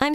I'm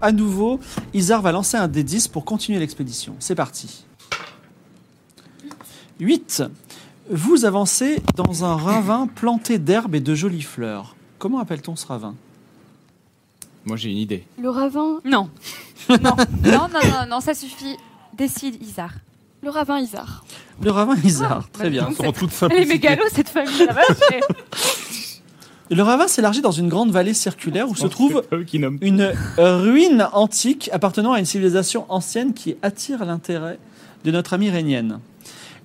À nouveau, Isar va lancer un D10 pour continuer l'expédition. C'est parti. 8. Vous avancez dans un ravin planté d'herbes et de jolies fleurs. Comment appelle-t-on ce ravin Moi j'ai une idée. Le ravin, Non. Non, non, non, non, ça suffit. Décide, Isar. le ravin Isar. Le ravin Isar, très bien. En toute Elle est simplicité. mégalo, cette famille. la vache. Le ravin s'élargit dans une grande vallée circulaire où se trouve eux qui nomment. une ruine antique appartenant à une civilisation ancienne qui attire l'intérêt de notre amie Rénienne.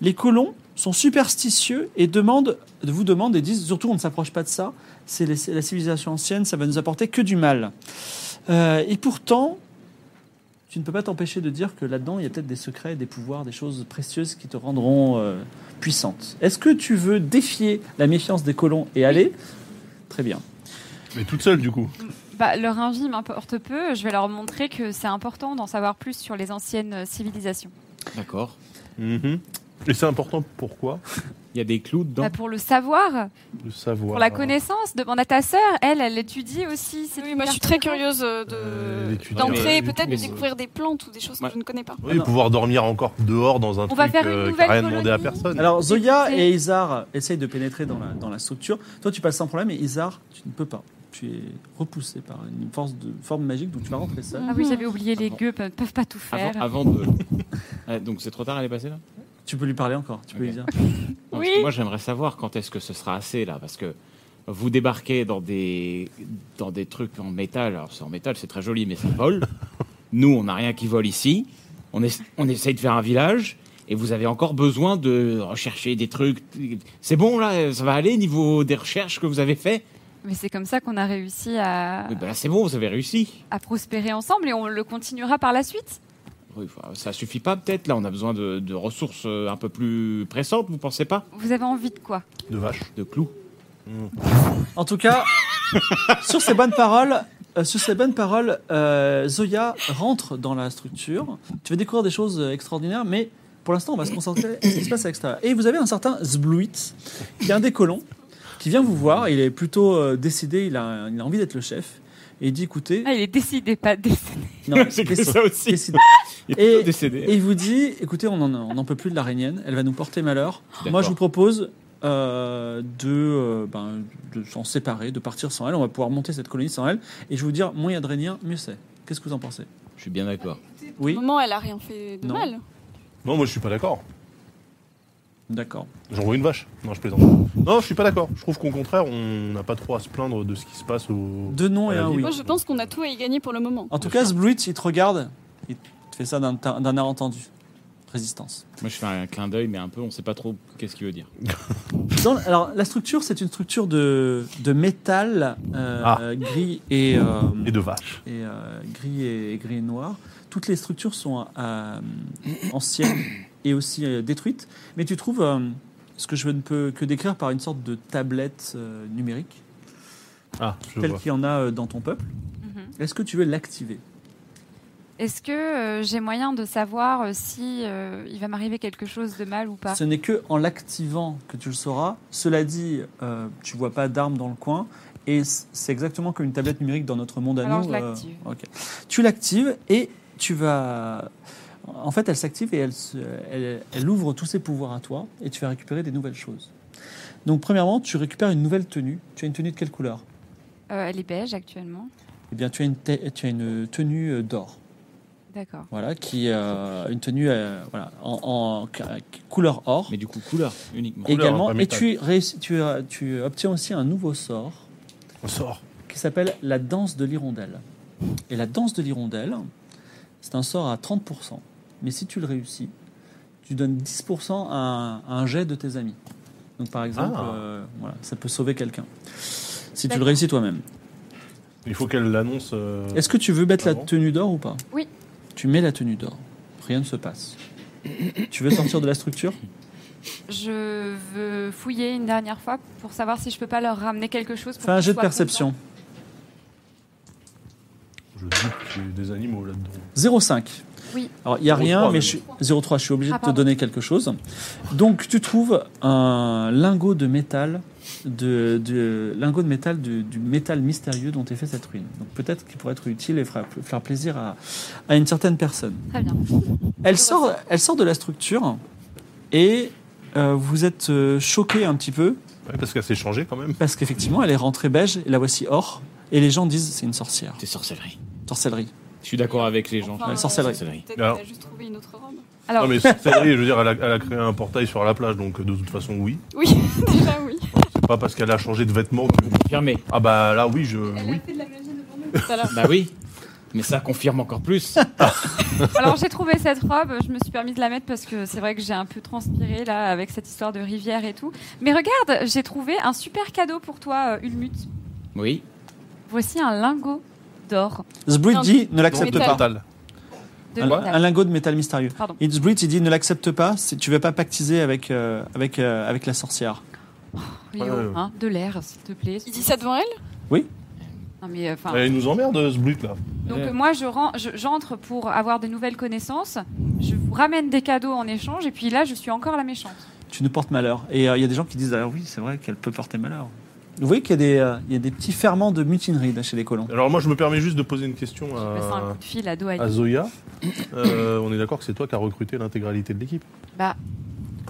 Les colons sont superstitieux et demandent, vous demandent et disent surtout on ne s'approche pas de ça, c'est les- c'est la civilisation ancienne, ça va nous apporter que du mal. Euh, et pourtant, tu ne peux pas t'empêcher de dire que là-dedans il y a peut-être des secrets, des pouvoirs, des choses précieuses qui te rendront euh, puissante. Est-ce que tu veux défier la méfiance des colons et aller Très bien. Mais toute seule du coup. Bah, leur envie m'importe peu. Je vais leur montrer que c'est important d'en savoir plus sur les anciennes euh, civilisations. D'accord. Mhm. Et c'est important pourquoi Il y a des clous dedans. Bah, pour le savoir, De savoir. pour la connaissance, demande à ta sœur. Elle, elle étudie aussi. c'est Oui, une moi je suis carte très curieuse euh, Euh, de d'étudier, ouais, d'entrer et du peut-être de tout, euh, découvrir des plantes ou des choses Ouais. que je ne connais pas. Ah Oui, euh, pouvoir dormir encore dehors dans un On truc va faire une euh, qui nouvelle n'a rien demandé à colonie. personne. Alors Zoya Écoutez. et Isar essayent de pénétrer dans la, dans la structure. Toi tu passes sans problème et Isar tu ne peux pas. Tu es repoussé par une force de forme magique donc tu vas rentrer seul. Ah oui, j'avais oublié, les gueux pe- peuvent pas tout faire. Avant, avant de. Ah, donc c'est trop tard, elle est passée là Tu peux lui parler encore. Tu peux lui Ok. dire. Non, parce que Moi j'aimerais savoir quand est-ce que ce sera assez là, parce que vous débarquez dans des, dans des trucs en métal. Alors c'est en métal, c'est très joli, mais ça vole. Nous, on n'a rien qui vole ici. On, es- on essaye de faire un village. Et vous avez encore besoin de rechercher des trucs. C'est bon là, ça va aller niveau des recherches que vous avez fait. Mais c'est comme ça qu'on a réussi à, Oui, bah là c'est bon, vous avez réussi. à prospérer ensemble et on le continuera par la suite. Oui, enfin, ça suffit pas peut-être. Là, on a besoin de, de ressources euh, un peu plus pressantes. Vous pensez pas Vous avez envie de quoi De vache. De clous. En tout cas, sur ces bonnes paroles, euh, sur ces bonnes paroles, euh, Zoya rentre dans la structure. Tu vas découvrir des choses euh, extraordinaires, mais pour l'instant, on va se concentrer sur ce qui se passe à l'extérieur. Et vous avez un certain Zbluit, qui est un des colons, qui vient vous voir. Il est plutôt euh, décidé, il a, il a envie d'être le chef. Et il dit écoutez, Ah, il est décidé, pas décidé. non, c'est que décidé- ça aussi. décidé. Il Et- est décédé. Et il vous dit écoutez, on n'en peut plus de la rénienne, elle va nous porter malheur. Moi, je vous propose euh, de, euh, ben, de s'en séparer, de partir sans elle. On va pouvoir monter cette colonie sans elle. Et je vais vous dire, moins il y a de Rhéniens, mieux c'est. Qu'est-ce que vous en pensez Je suis bien d'accord. Oui. Pour le moment, elle a rien fait de Non. mal. Non, moi je suis pas d'accord. D'accord. J'envoie une vache. Non, je plaisante. Non, je suis pas d'accord. Je trouve qu'au contraire, on n'a pas trop à se plaindre de ce qui se passe au. Deux noms à et la un ville. oui. Moi, je pense qu'on a tout à y gagner pour le moment. En tout cas, Zbluit, il te regarde. Il te fait ça d'un ta- d'un air entendu. Résistance. Moi, je fais un clin d'œil, mais un peu, on sait pas trop qu'est-ce qu'il veut dire. Dans- alors, la structure, c'est une structure de, de métal euh, Ah. euh, gris et, euh, Et de vache. et, euh, gris et gris et noir. Toutes les structures sont euh, anciennes et aussi euh, détruites, mais tu trouves euh, ce que je ne peux que décrire par une sorte de tablette euh, numérique, Ah, je telle vois. qu'il y en a euh, dans ton peuple. Mhm. Est-ce que tu veux l'activer Est-ce que euh, j'ai moyen de savoir euh, si euh, il va m'arriver quelque chose de mal ou pas Ce n'est que en l'activant que tu le sauras. Cela dit, euh, tu vois pas d'armes dans le coin. Et c- c'est exactement comme une tablette numérique dans notre monde à Alors, nous. euh, je l'active. ok. Tu l'actives et tu vas. En fait, elle s'active et elle, se- elle, elle ouvre tous ses pouvoirs à toi et tu vas récupérer des nouvelles choses. Donc, premièrement, tu récupères une nouvelle tenue. Tu as une tenue de quelle couleur Euh, Elle est beige actuellement. Eh bien, tu as une, te- tu as une tenue euh, d'or. D'accord. Voilà, qui euh, une tenue euh, voilà, en, en- couleur or. Mais du coup, couleur uniquement. Et- Couleur, également. hein, Et pas métal. tu, réussis- tu, euh, tu obtiens aussi un nouveau sort On sort. qui s'appelle la danse de l'hirondelle. Et la danse de l'hirondelle, c'est un sort à 30%. mais si tu le réussis, tu donnes 10% à un, à un jet de tes amis. Donc par exemple, Ah. euh, voilà, ça peut sauver quelqu'un. Si tu le D'accord. réussis toi-même. Il faut qu'elle l'annonce. euh, Est-ce que tu veux mettre Ah la bon tenue d'or ou pas Oui. Tu mets la tenue d'or. Rien ne se passe. tu veux sortir de la structure Je veux fouiller une dernière fois pour savoir si je peux pas leur ramener quelque chose. Pour Fais un qu'ils jet de soient perception. Je dis que j'ai des animaux là-dedans. 0,5. Oui. Alors, il n'y a 0,3 rien, mais même. je suis... 0,3, je suis obligé Ah, de te pardon. donner quelque chose. Donc, tu trouves un lingot de métal, de, de- lingot de métal du, du métal mystérieux dont est faite cette ruine. Donc, peut-être qu'il pourrait être utile et fera- faire plaisir à, à une certaine personne. contents. Très bien. Elle sort, elle sort de la structure et euh, vous êtes choqué un petit peu Ouais, parce qu'elle s'est changée quand même. parce qu'effectivement, elle est rentrée beige et la voici or. Et les gens disent c'est une sorcière, C'est sorcellerie. sorcellerie. Je suis d'accord avec les gens. Enfin, euh, Ouais, sorcellerie. Peut-être Alors. qu'elle a juste trouvé une autre robe. Alors, Non mais sorcellerie, je veux dire, elle a, elle a créé un portail sur la plage, donc euh, de toute façon oui. Oui, déjà Eh ben oui. C'est pas parce qu'elle a changé de vêtements que... Confirmé. Ah bah là oui, je... Oui. fait de la magie devant nous tout à l'heure. Bah oui. Mais ça confirme encore plus. alors j'ai trouvé cette robe, je me suis permis de la mettre parce que c'est vrai que j'ai un peu transpiré là avec cette histoire de rivière et tout. Mais regarde, j'ai trouvé un super cadeau pour toi, euh, Ulmut. Oui. Voici un lingot d'or Zbrit Non, dit ne Donc, l'accepte métal. pas. total. de Un, métal. un lingot de métal mystérieux. Pardon. Innsbrit, il dit ne l'accepte pas, c'est- tu ne veux pas pactiser avec, euh, avec, euh, avec la sorcière. Rio, Ouais. hein, de l'air, s'il te plaît. Il dit ça devant elle Non, mais, euh, enfin, Elle nous emmerde ce brut là. Donc Ouais. euh, moi, je ren- je- j'entre pour avoir de nouvelles connaissances, je vous ramène des cadeaux en échange, et puis là, je suis encore la méchante. Tu nous portes malheur. Et euh, il y a des gens qui disent d'ailleurs oui, c'est vrai qu'elle peut porter malheur. Vous voyez qu'il y, a des, euh, il y a des petits ferments de mutinerie là, chez les colons. Alors moi je me permets juste de poser une question Je passe un à, coup de fil à Dohaï. à Zoya. Euh, on est d'accord que c'est toi qui as recruté l'intégralité de l'équipe Bah,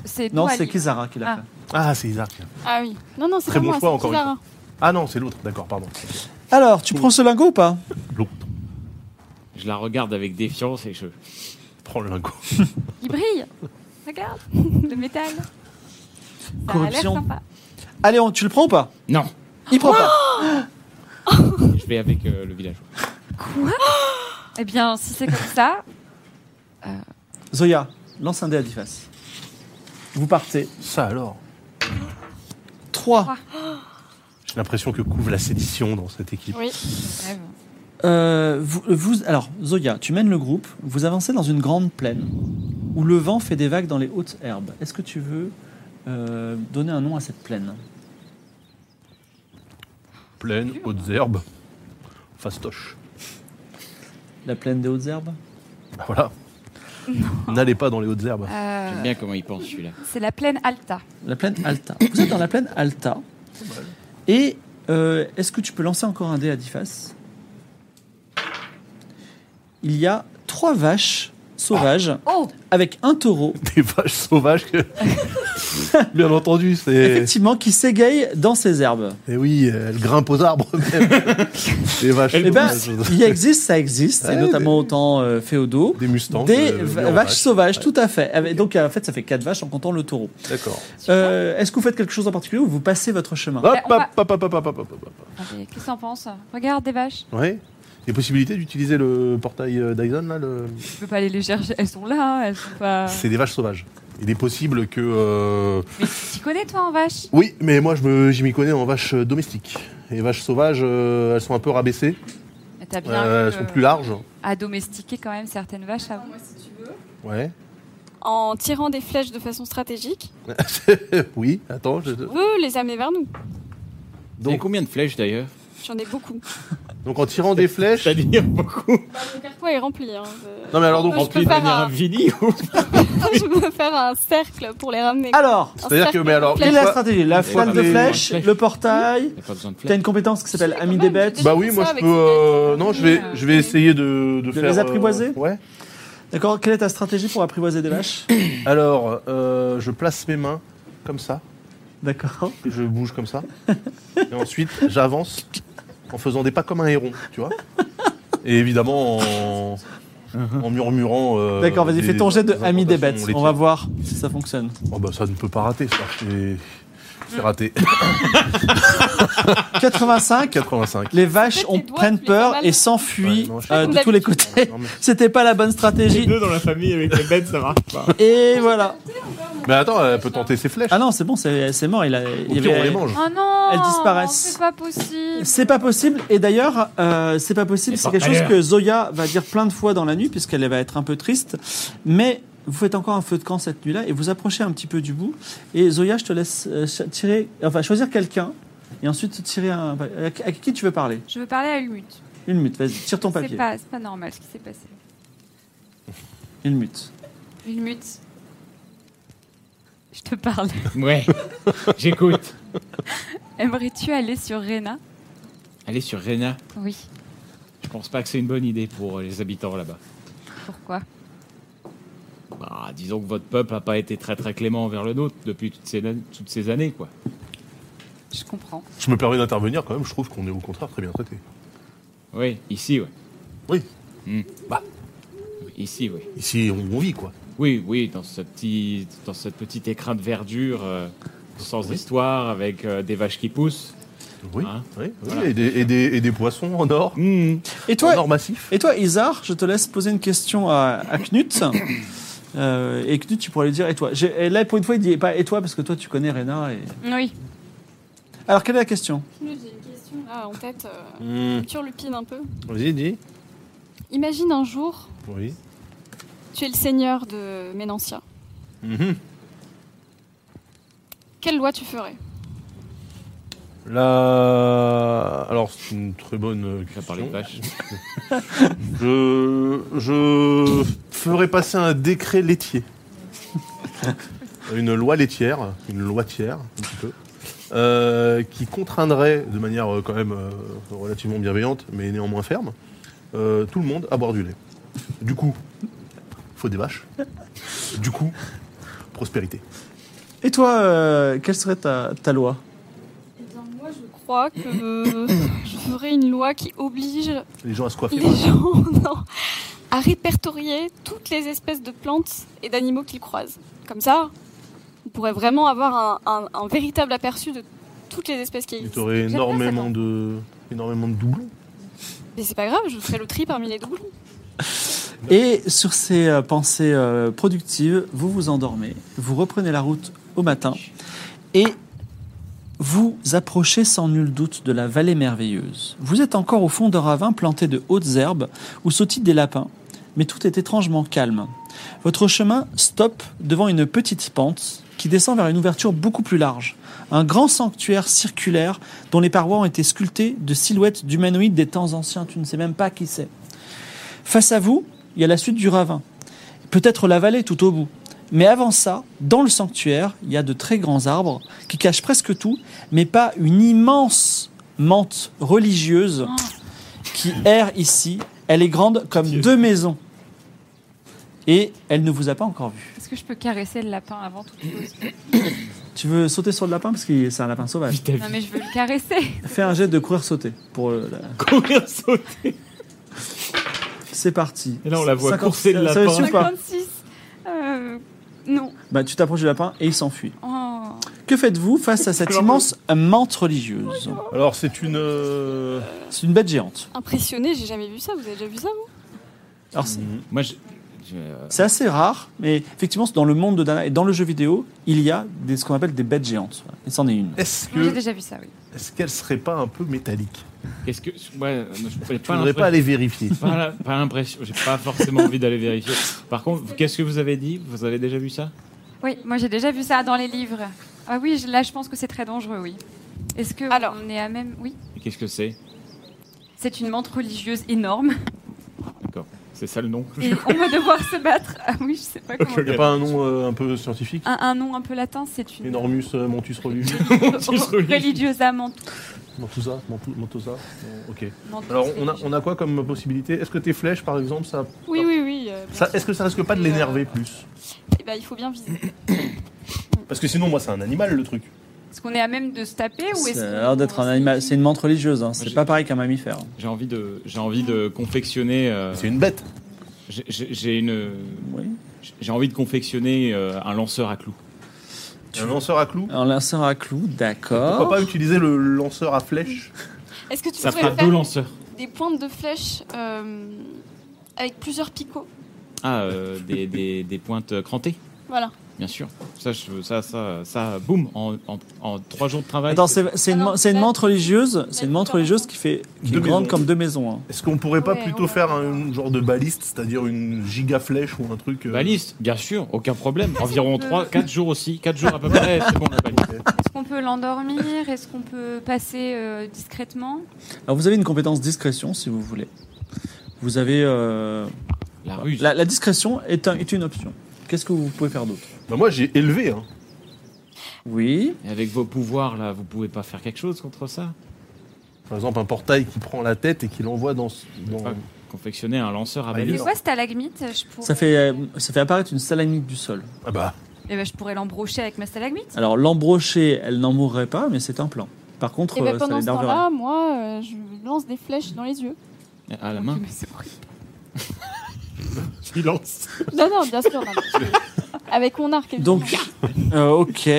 c'est Non, Doha c'est Lee. Kizara qui l'a Ah. Ah c'est Isaac. Ah oui. Non, non, c'est Très pas bon moi, choix, c'est encore une Kizara. Ah non, c'est l'autre, d'accord, pardon. fait. Alors, tu prends ce lingot ou pas L'autre. Je la regarde avec défiance et je. Prends le lingot. Il brille Regarde, le métal. Ça a l'air Corruption. sympa. Allez, on, tu le prends ou pas Non. Il prend pas. Je vais avec euh, le village. Eh bien, si c'est comme ça, Zoya, lance un dé à 10 faces. Vous partez. Ça alors. 3. J'ai l'impression que couvre la sédition dans cette équipe. Oui. je rêve. Euh, vous, vous- alors, Zoya, tu mènes le groupe, vous avancez dans une grande plaine où le vent fait des vagues dans les hautes herbes. Est-ce que tu veux euh, donner un nom à cette plaine Pleine, hautes herbes, fastoche. La plaine des hautes herbes Ah, Voilà. N'allez pas dans les hautes herbes. Euh, J'aime bien comment il pense celui-là. c'est la plaine Alta. La plaine Alta. Vous êtes dans la plaine Alta. Et euh, est-ce que tu peux lancer encore un dé à 10 faces Il y a trois vaches sauvages Oh avec un taureau, Des vaches sauvages que. Bien entendu, c'est. effectivement, qui s'égaye dans ces herbes. Eh oui, elles grimpent aux arbres même. Des vaches Eh ben, sauvages. il existe, ça existe, et Ouais, notamment au temps euh, féodaux. Des mustangs. Des euh, va- bien en vaches vache. sauvages, tout à fait. Avec- Donc, euh, en fait, ça fait quatre vaches en comptant le taureau. D'accord. Euh, Est-ce que vous faites quelque chose en particulier ou vous passez votre chemin Hop, Ben, on hop, va- hop, hop, hop, hop, hop, hop, hop. Allez, Qu'est-ce que t'en penses Regarde des vaches. Ouais. Il y a possibilité d'utiliser le portail euh, Dyson là le... Je peux pas aller les chercher. Elles sont là, hein, elles sont pas. C'est des vaches sauvages. Il est possible que. euh, Tu connais toi en vache Oui, mais moi je me- je m'y connais en vaches domestiques. Les vaches sauvages, euh, elles sont un peu rabaissées. Mais T'as bien Euh, eu, elles sont euh, plus larges. à domestiquer quand même certaines vaches avant. Moi, si tu veux. Ouais. En tirant des flèches de façon stratégique, oui, attends. je- on peut les amener vers nous. Donc, Donc, combien de flèches d'ailleurs J'en ai beaucoup. donc en tirant des flèches. C'est-à-dire beaucoup. Mon carquois est rempli. hein. Je- Non mais alors donc. Je en- peux Rempli de faire manière un- infinie ou je peux faire un cercle pour les ramener. Alors, C'est-à-dire que mais alors. quelle est une la fois- stratégie La Faut flamme de aller- flèches, flèche. le portail. Il a pas besoin de T'as flèches. une compétence qui s'appelle Si, Ami quand des même, bêtes. j'ai Bah oui, moi Ça, je avec peux. euh, ses non, je bêtes, vais, euh, je vais essayer de, de les faire. euh, apprivoiser Ouais. D'accord. Quelle est ta stratégie pour apprivoiser des vaches Alors, euh, je place mes mains comme ça. D'accord. Je bouge comme ça. Et ensuite, j'avance en faisant des pas comme un héron, tu vois. Et évidemment, en, en murmurant. euh, Uh-huh. D'accord, vas-y, des- fais ton jet de Ami des incantations bêtes. On va laitières. voir si ça fonctionne. Oh bah ça ne peut pas rater ça. C'est- C'est raté. 85, 85. les vaches Peut-être ont- les doigts prennent plus pas peur mal. et Ouais, s'enfuient non, je- euh, de tous les côtés. Non, mais- C'était pas la bonne stratégie. dans la famille avec les bêtes, ça marche pas. Et voilà. Mais attends, elle peut tenter ses flèches. Ah non, c'est bon, c'est c'est mort. Il a, Au il y pire, on avait- les mange. Oh non Elles disparaissent. C'est pas possible. C'est pas possible. Et d'ailleurs, euh, c'est pas possible. Et C'est par quelque chose ailleurs. que Zoya va dire plein de fois dans la nuit, puisqu'elle va être un peu triste. Mais vous faites encore un feu de camp cette nuit-là et vous approchez un petit peu du bout. Et Zoya, je te laisse euh, ch- tirer, enfin choisir quelqu'un et ensuite tirer un. À à qui tu veux parler Je veux parler à Ulmut. Une mute. Vas-y, tire ton C'est papier. pas, c'est pas normal ce qui s'est passé. Une mute. Ulmut. Je te parle. Ouais, j'écoute. Aimerais-tu aller sur Rena Allez sur Rena. Oui. Je pense pas que c'est une bonne idée pour euh, les habitants là-bas. Pourquoi Bah, disons que votre peuple n'a pas été très très clément envers le nôtre depuis toutes ces, toutes ces années, quoi. Je comprends. Je me permets d'intervenir quand même, je trouve qu'on est au contraire très bien traité. Oui, ici, ouais. Oui, Ici, oui. ici on on vit quoi. Oui, oui, dans ce petit, dans ce petit écrin de verdure, euh, sans histoire, avec euh, des vaches qui poussent. Oui, Hein oui, oui, Voilà. et, des, et des- et des poissons en or, Mmh. Et en toi, or massif. et toi, Isar, je te laisse poser une question à, à Knut. Euh, et Knut, tu pourrais lui dire et toi. J'ai- Et là, pour une fois, il dit pas et toi parce que toi, tu connais Rena. Et... Oui. Alors, quelle est la question Knut, J'ai une question là en tête, euh, Mmh. culture lupine un peu. Vas-y, dis. Imagine un jour, Oui. tu es le seigneur de Ménancia. Mhm. Quelle loi tu ferais Là, alors c'est une très bonne euh, On va parler de question. vaches. Je, je ferai passer un décret laitier, une loi laitière, une loi tiers, un petit peu, euh, qui contraindrait de manière euh, quand même euh, relativement bienveillante, mais néanmoins ferme, euh, tout le monde à boire du lait. Du coup, faut des vaches. Du coup, prospérité. Et toi, euh, quelle serait ta, ta loi Eh bien, moi, je crois que euh, je ferais une loi qui oblige Les gens à se coiffer. les gens non, à répertorier toutes les espèces de plantes et d'animaux qu'ils croisent. Comme ça, on pourrait vraiment avoir un, un- un véritable aperçu de toutes les espèces qui Il existent. t'aurait cette énormément de, énormément de doublons. Mais c'est pas grave, je ferai le tri parmi les doublons. Et sur ces euh, pensées euh, productives, vous vous endormez, vous reprenez la route au matin et vous approchez sans nul doute de la vallée merveilleuse. Vous êtes encore au fond d'un ravin planté de hautes herbes où sautillent des lapins, mais tout est étrangement calme. Votre chemin stoppe devant une petite pente qui descend vers une ouverture beaucoup plus large. Un grand sanctuaire circulaire dont les parois ont été sculptées de silhouettes d'humanoïdes des temps anciens. Tu ne sais même pas qui c'est. Face à vous, il y a la suite du ravin, peut-être la vallée tout au bout. Mais avant ça, dans le sanctuaire, il y a de très grands arbres qui cachent presque tout, mais pas une immense mante religieuse qui erre ici. Elle est grande comme deux maisons. Et elle ne vous a pas encore vu. Est-ce que je peux caresser le lapin avant toute chose Tu veux sauter sur le lapin parce que c'est un lapin sauvage. Vite à Non mais je veux le caresser. Fais un jet de courir sauter pour euh, la- courir sauter. C'est parti. Et là, on la voit 50, courser le ça- ça lapin. suffit ou pas 56. Euh, non. Bah, tu t'approches du lapin et il s'enfuit. Oh. Que faites-vous face à cette immense mante religieuse Alors c'est une. euh, C'est une bête géante. Impressionné, j'ai jamais vu ça, vous avez déjà vu ça vous Alors, c'est- Moi, je. je- euh, c'est assez rare, mais effectivement, dans le monde de Dana et dans le jeu vidéo, il y a des, ce qu'on appelle des bêtes géantes. Et c'en est une. Est-ce Moi, J'ai que déjà vu ça, oui. est-ce qu'elle serait pas un peu métallique Qu'est-ce que. Ouais, euh, je n'ai Je voudrais pas aller vérifier. Pas, la- pas l'impression, j'ai pas forcément envie d'aller vérifier. Par contre, qu'est-ce que vous avez dit Vous avez déjà vu ça Oui, moi j'ai déjà vu ça dans les livres. Ah oui, je- là je pense que c'est très dangereux, oui. Est-ce que Alors. on est à même Oui. Et Qu'est-ce que c'est C'est une menthe religieuse énorme C'est ça le nom et on va devoir se battre. Ah oui, je sais pas comment. Il n'y a pas un nom euh, un peu scientifique Un, un nom un peu latin, c'est une Enormus, euh, Montus Revus, religiosa mentus. Montusa, Montu- Montosa euh, Ok. Alors on a, on a quoi comme possibilité Est-ce que tes flèches par exemple, ça, Oui, oui, oui. euh, bien ça sûr. est-ce que ça risque pas de l'énerver plus Eh bah, ben, il faut bien viser. Parce que sinon moi c'est un animal le truc. Est-ce qu'on est à même de se taper ou C'est est-ce l'air d'être un animal. C'est une menthe religieuse. hein. C'est j'ai- pas pareil qu'un mammifère. J'ai envie de, j'ai envie de confectionner. euh, C'est une bête. j'ai- j'ai j'ai une, Oui. j'ai envie de confectionner euh, un lanceur à clous. tu Un veux. lanceur à clous Un lanceur à clous, Pourquoi Oh. d'accord. pas utiliser le lanceur à flèche Est-ce que tu Ça fera deux pourrais faire lanceurs. des pointes de flèche euh, avec plusieurs picots Ah, euh, des, des- des pointes euh, crantées, Voilà. bien sûr. Ça, je- ça, ça, ça, boum, en, en- en trois jours de travail. Attends, c'est c'est une, Ah non, man- c'est une là- menthe religieuse. C'est une menthe différent. religieuse qui fait qui Deux est grande maisons. comme deux maisons. hein. Est-ce qu'on pourrait pas Ouais, plutôt on- faire un genre de baliste, c'est-à-dire une giga flèche ou un truc euh, Baliste, bien sûr, aucun problème. Environ 3, 4 jours aussi, 4 jours à peu près, c'est bon la baliste. Est-ce qu'on peut l'endormir Est-ce qu'on peut passer euh, discrètement Alors vous avez une compétence discrétion si vous voulez. Vous avez euh, La ruse. la, la discrétion est, un- est une option. Qu'est-ce que vous pouvez faire d'autre Bah moi j'ai élevé. Hein. Oui. Et avec vos pouvoirs là, vous pouvez pas faire quelque chose contre ça Par exemple un portail qui prend la tête et qui l'envoie dans. ce- dans- Pas confectionner un lanceur à Ah, il est Mais baliste. Non. quoi, stalagmite je pourrais... Ça fait euh, ça fait apparaître une salamite du sol. Ah bah. Eh ben, je pourrais l'embrocher avec ma stalagmite. Alors l'embrocher, elle n'en mourrait pas, mais c'est un plan. Par contre, Et euh, ben ça pendant les ce énerverait. temps-là, moi, euh, je lance des flèches dans les yeux. À la main. Mais c'est horrible. Il lance. Non, non, bien sûr. non, mais- Avec mon arc. évidemment. Donc, euh, ok,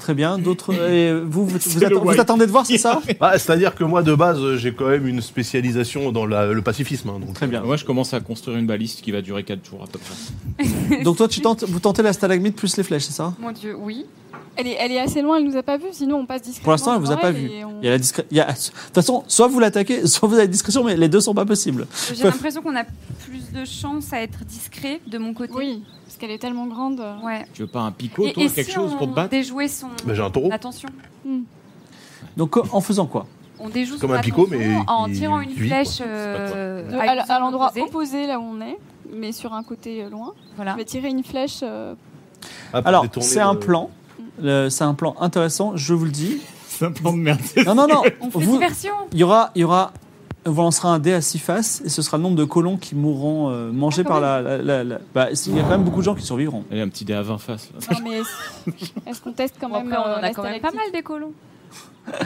très bien. D'autres, euh, et vous vous, vous le atta- vous white. attendez de voir, c'est ça Ah, c'est-à-dire que moi de base euh, j'ai quand même une spécialisation dans la- le pacifisme. hein, donc. Très bien. Moi, je commence à construire une baliste qui va durer 4 jours à peu près. Donc toi, tu tentes, vous tentez la stalagmite plus les flèches, c'est ça Mon dieu, oui. Elle est, elle est assez loin, elle nous a pas vu, sinon on passe discrètement. Pour l'instant, elle dans vous a la pas règle vu. et on- Il y a la discré- il y a- De toute façon, soit vous l'attaquez, soit vous avez discrétion, mais les deux sont pas possibles. J'ai Peuf. l'impression qu'on a plus de chances à être discret de mon côté. Oui, parce qu'elle est tellement grande. euh, Ouais. Tu veux pas un picot, toi, quelque chose on pour te battre déjouait son Bah, j'ai un taureau. attention Donc en faisant quoi On déjoue Comme son un picot, attention mais en qui- tirant une qui vit, quoi. flèche euh, de- avec à, son à l'endroit opposé. opposé là où on est, mais sur un côté euh, loin. Voilà. Je vais tirer une flèche. euh, Ah, pour Alors, détourner c'est un le- plan. Le- C'est un plan intéressant, je vous le dis. C'est un plan de merde. Non, non, non. On fait Vous, diversion. il y aura, il y aura, on vous lancera un dé à six faces et ce sera le nombre de colons qui mourront euh, mangés Ah, par quand la. la- la- la- Bah, il y a quand même beaucoup de gens qui survivront. Allez, un petit dé à 20 faces. là. Non, mais est- est-ce qu'on teste quand Bon, même après, on euh, en la a quand même pas stalactite mal des colons.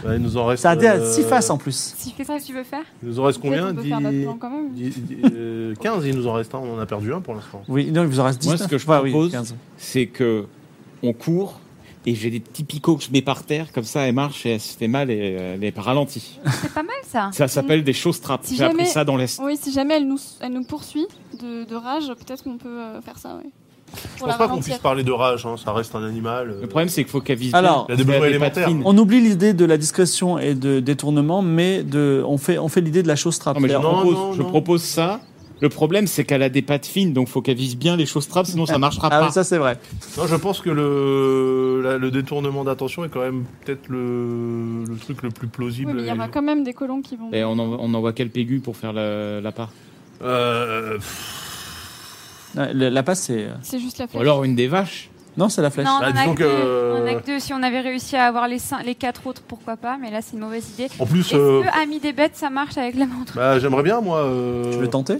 Ouais, il nous en reste. C'est un dé à euh, six faces en plus. Qu'est-ce que tu veux faire Il nous en reste combien Peut-être on peut Dix- faire notre plan quand même. dix- dix- euh, 15 il nous en reste un, on en a perdu un pour l'instant. Oui, non, il vous en reste 19. Moi, ce que je Ouais, oui, propose, 15. C'est que on court et j'ai des petits picots que je mets par terre, comme ça, elle marche et elle se fait mal et euh, elle est ralentie. C'est pas mal ça. Ça s'appelle des choses trappes. Si J'ai appris jamais- ça dans l'Est. Oui, si jamais elle nous, elle nous poursuit de, de rage, peut-être qu'on peut euh, faire ça, oui. Je Pour pense la pas qu'on ralentir. puisse parler de rage, hein, ça reste un animal. euh. Le problème, c'est qu'il faut qu'elle vise Alors, bien, La double parce qu'elle a des élémentaire. pattes fines. On oublie l'idée de la discrétion et de détournement, mais de, on fait, on fait l'idée de la chose trappe. Non, mais je, Non, propose, non, je non. propose ça. Le problème, c'est qu'elle a des pattes fines, donc faut qu'elle vise bien les choses trappes, sinon ça marchera Ah, pas. oui, ça c'est vrai. Non, je pense que le, la- le détournement d'attention est quand même peut-être le, le truc le plus plausible. Oui, mais il y aura quand même des colons qui vont. Et on, en- on envoie quel pégu pour faire la, la part Euh, pff, Ouais, le- La passe, c'est. euh, C'est juste la flèche. Ou alors une des vaches Non, c'est la flèche. Non, on Bah, en a disons que que- deux. On en a que deux. Si on avait réussi à avoir les, cinq, les quatre autres, pourquoi pas Mais là, c'est une mauvaise idée. en plus, Est-ce euh, que Ami des bêtes, ça marche avec la montre bah, j'aimerais bien moi. euh, Tu veux tenter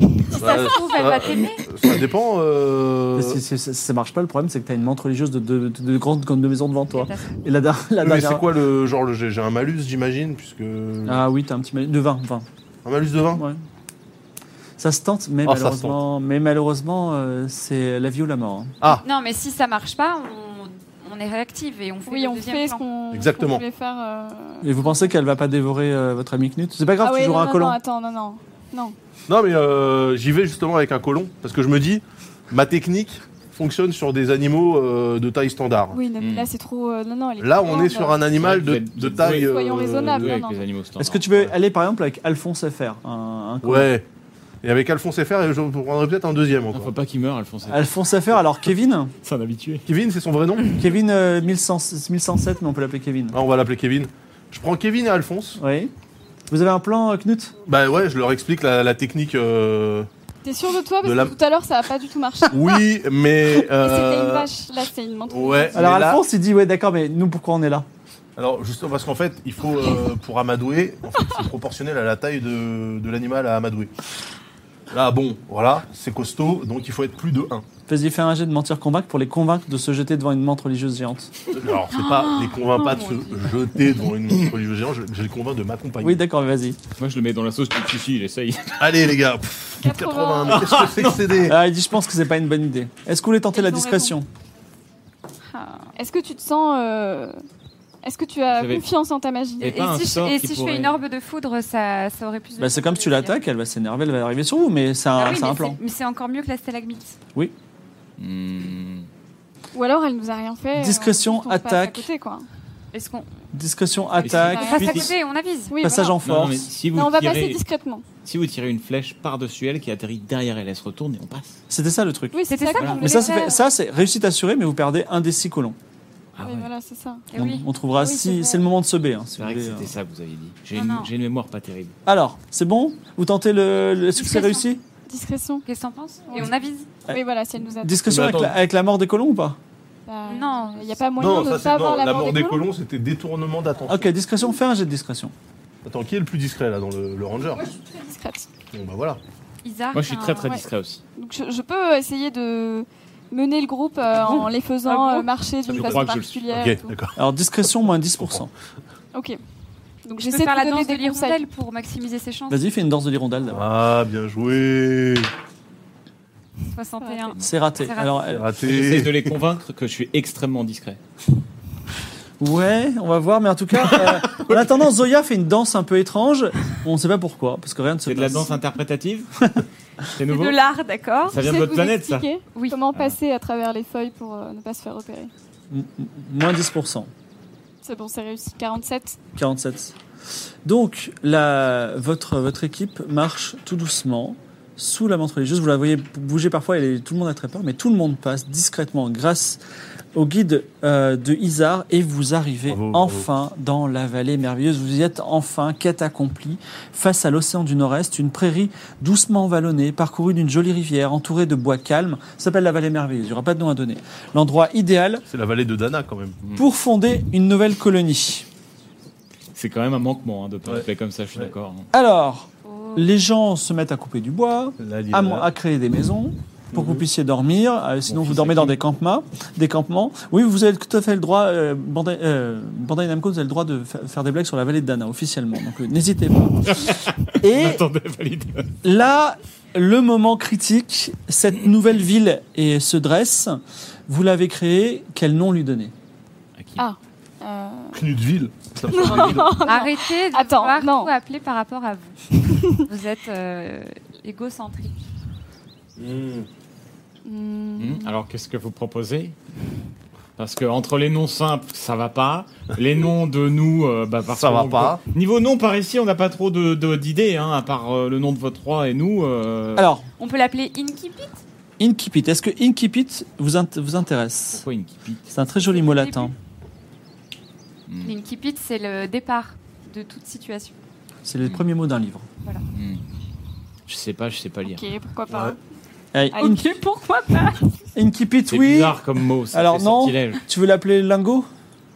Si Bah, ça se trouve, elle ça- va t'aimer. ça dépend. euh, Si- si- si- si ça marche pas, le problème c'est que t'as une menthe religieuse de, de, de, de grandes comme deux maisons devant toi. Catastrophe. Et la, der- la mais dernière. c'est quoi le genre le j'ai j'ai un malus j'imagine puisque Ah oui, t'as un petit mal de 20, 20. un malus de 20 Ouais. Ça se tente, mais Ah, ça se malheureusement, mais malheureusement, euh, c'est la vie ou la mort. hein. Non, mais si ça marche pas, on, on est réactive et on fait Oui, le on deuxième fait ce plan. qu'on ce Exactement. qu'on voulait faire. euh, Et vous pensez qu'elle va pas dévorer euh, votre ami Knut C'est pas grave, Ah ouais, tu non, joueras non, un colon. Non, attends, non, non. Non. non mais euh, j'y vais justement avec un colon parce que je me dis ma technique fonctionne sur des animaux euh, de taille standard Oui, non, mais Hmm. là, c'est trop. euh, Non, non, elle est là trop on grande. est sur un animal de, de taille euh, Soyons raisonnables. Ouais, non, avec non. les animaux Est-ce standards. que tu veux aller par exemple avec Alphonse FR un, un colon ouais et avec Alphonse FR je vous prendrai peut-être un deuxième Non, encore Faut pas qu'il meure, Alphonse. Alphonse FR, alors Kevin C'est un habitué. Kevin c'est son vrai nom Kevin euh, 1100 1107, mais on peut l'appeler Kevin. Ah, on va l'appeler Kevin je prends Kevin et Alphonse Oui. Vous avez un plan, euh, Knut bah ouais je leur explique la, la technique euh, T'es sûr de toi De Parce la- que tout à l'heure, ça a pas du tout marché. oui mais Mais C'était euh, oh, une vache. Là, c'est une menthe. ouais Alors mais là- Alphonse, il dit ouais d'accord, mais nous pourquoi on est là Alors justement parce qu'en fait il faut euh, pour amadouer, en fait, c'est proportionnel à la taille de, de l'animal à amadouer. Là bon voilà c'est costaud donc il faut être plus de 1. Vas-y, fais un jet de mentir convaincre pour les convaincre de se jeter devant une menthe religieuse géante. Alors c'est Oh, pas les convainc pas de se jeter devant une religieuse géante, je, je les convainc de m'accompagner. Oui, d'accord, mais vas-y. Moi, je le mets dans la sauce du sushi, il essaye. Allez les gars, pff, 80, mais qu'est-ce que c'est que c'est des Ah, il dit, je pense que c'est pas une bonne idée. Est-ce que vous voulez tenter Ils la ont discrétion Ah. Est-ce que tu te sens. euh, Est-ce que tu as J'avais- confiance en ta magie Et Et, pas un si, je, sort et qui si je pourrait- fais une orbe de foudre, ça, ça aurait plus de. Bah, c'est comme si tu l'attaques, elle va s'énerver, elle va arriver sur vous, mais c'est un, Ah oui, c'est mais un c'est- plan. Mais c'est encore mieux que la stalagmite. Hmm. Ou alors elle nous a rien fait. euh, Discrétion, on passe à attaque. côté, quoi. Est-ce qu'on Discussion, Mais c'est- attaque, on Puis- passe à Puis- côté On avise. Oui, passage voilà. en Non, force. mais si vous, Non, on va passer tirez, discrètement. si vous tirez une flèche par-dessus elle qui atterrit derrière elle, elle se retourne et on passe. C'était ça le truc. Oui, c'est C'était ça. ça qu'on qu'on voulait mais ça, c'est faire. fait- ça, c'est réussite assurée, mais vous perdez un des six colons. Ah Oui, ouais. voilà, c'est ça. Eh on, oui. on trouvera Oui, c'est si. vrai. C'est le moment de se B. C'est vrai que c'était ça que vous aviez dit. J'ai Ah Non, une, non. j'ai une mémoire pas terrible. Alors, c'est bon Vous tentez le, le succès Discrétion. réussi Discrétion. Qu'est-ce que t'en penses Oui. Et on avise. Oui, voilà, si elle nous a. Discussion Mais avec la, attends. avec la mort des colons ou pas Bah, Non. il n'y a pas moyen Non, de ça, ne c'est- pas avoir non, la mort des colons. c'était détournement d'attention. Ok, discrétion, fais un jet de discrétion. Attends, qui est le plus discret là dans le, le ranger Très discrète. Bon bah voilà. Isar. Moi, je suis c'est très un- très Ah, ouais. discret aussi. Donc je, je peux essayer de mener le groupe euh, en les faisant Ah bon euh, marcher d'une Je façon crois que je le particulière. et Ok, tout. d'accord. Alors, discrétion, moins 10%. Ok. Donc Je peux j'essaie de faire la vous donner danse de des conseils. l'hirondelle pour maximiser ses chances. Vas-y, fais une danse de l'hirondelle d'abord. Ah, bien joué. 61. C'est raté. Ah. C'est raté. Alors, elle- Raté. J'essaie de les convaincre que je suis extrêmement discret. ouais, on va voir, mais en tout cas, euh, en attendant, Zoya fait une danse un peu étrange. On ne sait pas pourquoi, parce que rien ne se C'est passe. de la danse interprétative C'est C'est nouveau de l'art, d'accord Ça vient de J'essaie votre vous planète, ça expliquer Oui. Comment passer à travers les feuilles pour euh, ne pas se faire repérer M- m- Moins 10%. C'est bon, c'est réussi. 47. 47. Donc, la, votre, votre équipe marche tout doucement sous la ventreligeuse. Vous la voyez bouger parfois, elle est- tout le monde a très peur, mais tout le monde passe discrètement grâce au guide euh, de Isar et vous arrivez Bravo, bravo. enfin dans la vallée merveilleuse. Vous y êtes enfin, quête accomplie, face à l'océan du Nord-Est, une prairie doucement vallonnée, parcourue d'une jolie rivière, entourée de bois calmes. Ça s'appelle la vallée merveilleuse, il n'y aura pas de nom à donner. L'endroit idéal C'est la vallée de Dana quand même. pour fonder une nouvelle colonie. C'est quand même un manquement hein, de pas Ouais. appeler comme ça, je suis Ouais. d'accord. hein. Alors, Oh. les gens se mettent à couper du bois, La à, mon- à créer des maisons pour que vous puissiez dormir. euh, sinon, Mhm. Mon vous fils dormez est dans cool. des campements. Des campements. Oui, vous avez tout à fait le droit, euh, Bandai, euh, Bandai Namco, vous avez le droit de fa- faire des blagues sur la vallée de Dana, officiellement. Donc, euh, n'hésitez pas. Et Attendez, valide. là, le moment critique, cette nouvelle ville et se dresse. Vous l'avez créée, quel nom lui donner À qui Ah. Euh, Knutville. Arrêtez de Attends, vouloir non. tout appeler par rapport à vous. vous êtes euh, égocentrique. hmm, Hmm, Alors, qu'est-ce que vous proposez Parce que entre les noms simples, ça va pas. Les noms de nous, euh, bah, parce Ça que va donc, pas. euh, Niveau nom, par ici, on n'a pas trop d'idées, de, d'idées, hein, à part euh, le nom de votre roi et nous. euh, Alors, On peut l'appeler Inkipit Inkipit. Est-ce que Inkipit vous, int- vous intéresse Pourquoi une kipite C'est un très joli mot latin. L'Inkipit, c'est le départ de toute situation. C'est le premier mot d'un livre. Hmm. Je sais pas, je sais pas lire. ok, pourquoi pas. Ouais. Allez, Ah Allez. Inki- pourquoi pas Inkipit, C'est oui. bizarre comme mot. Ça Alors, fait non. sortilège. Tu veux l'appeler Lingo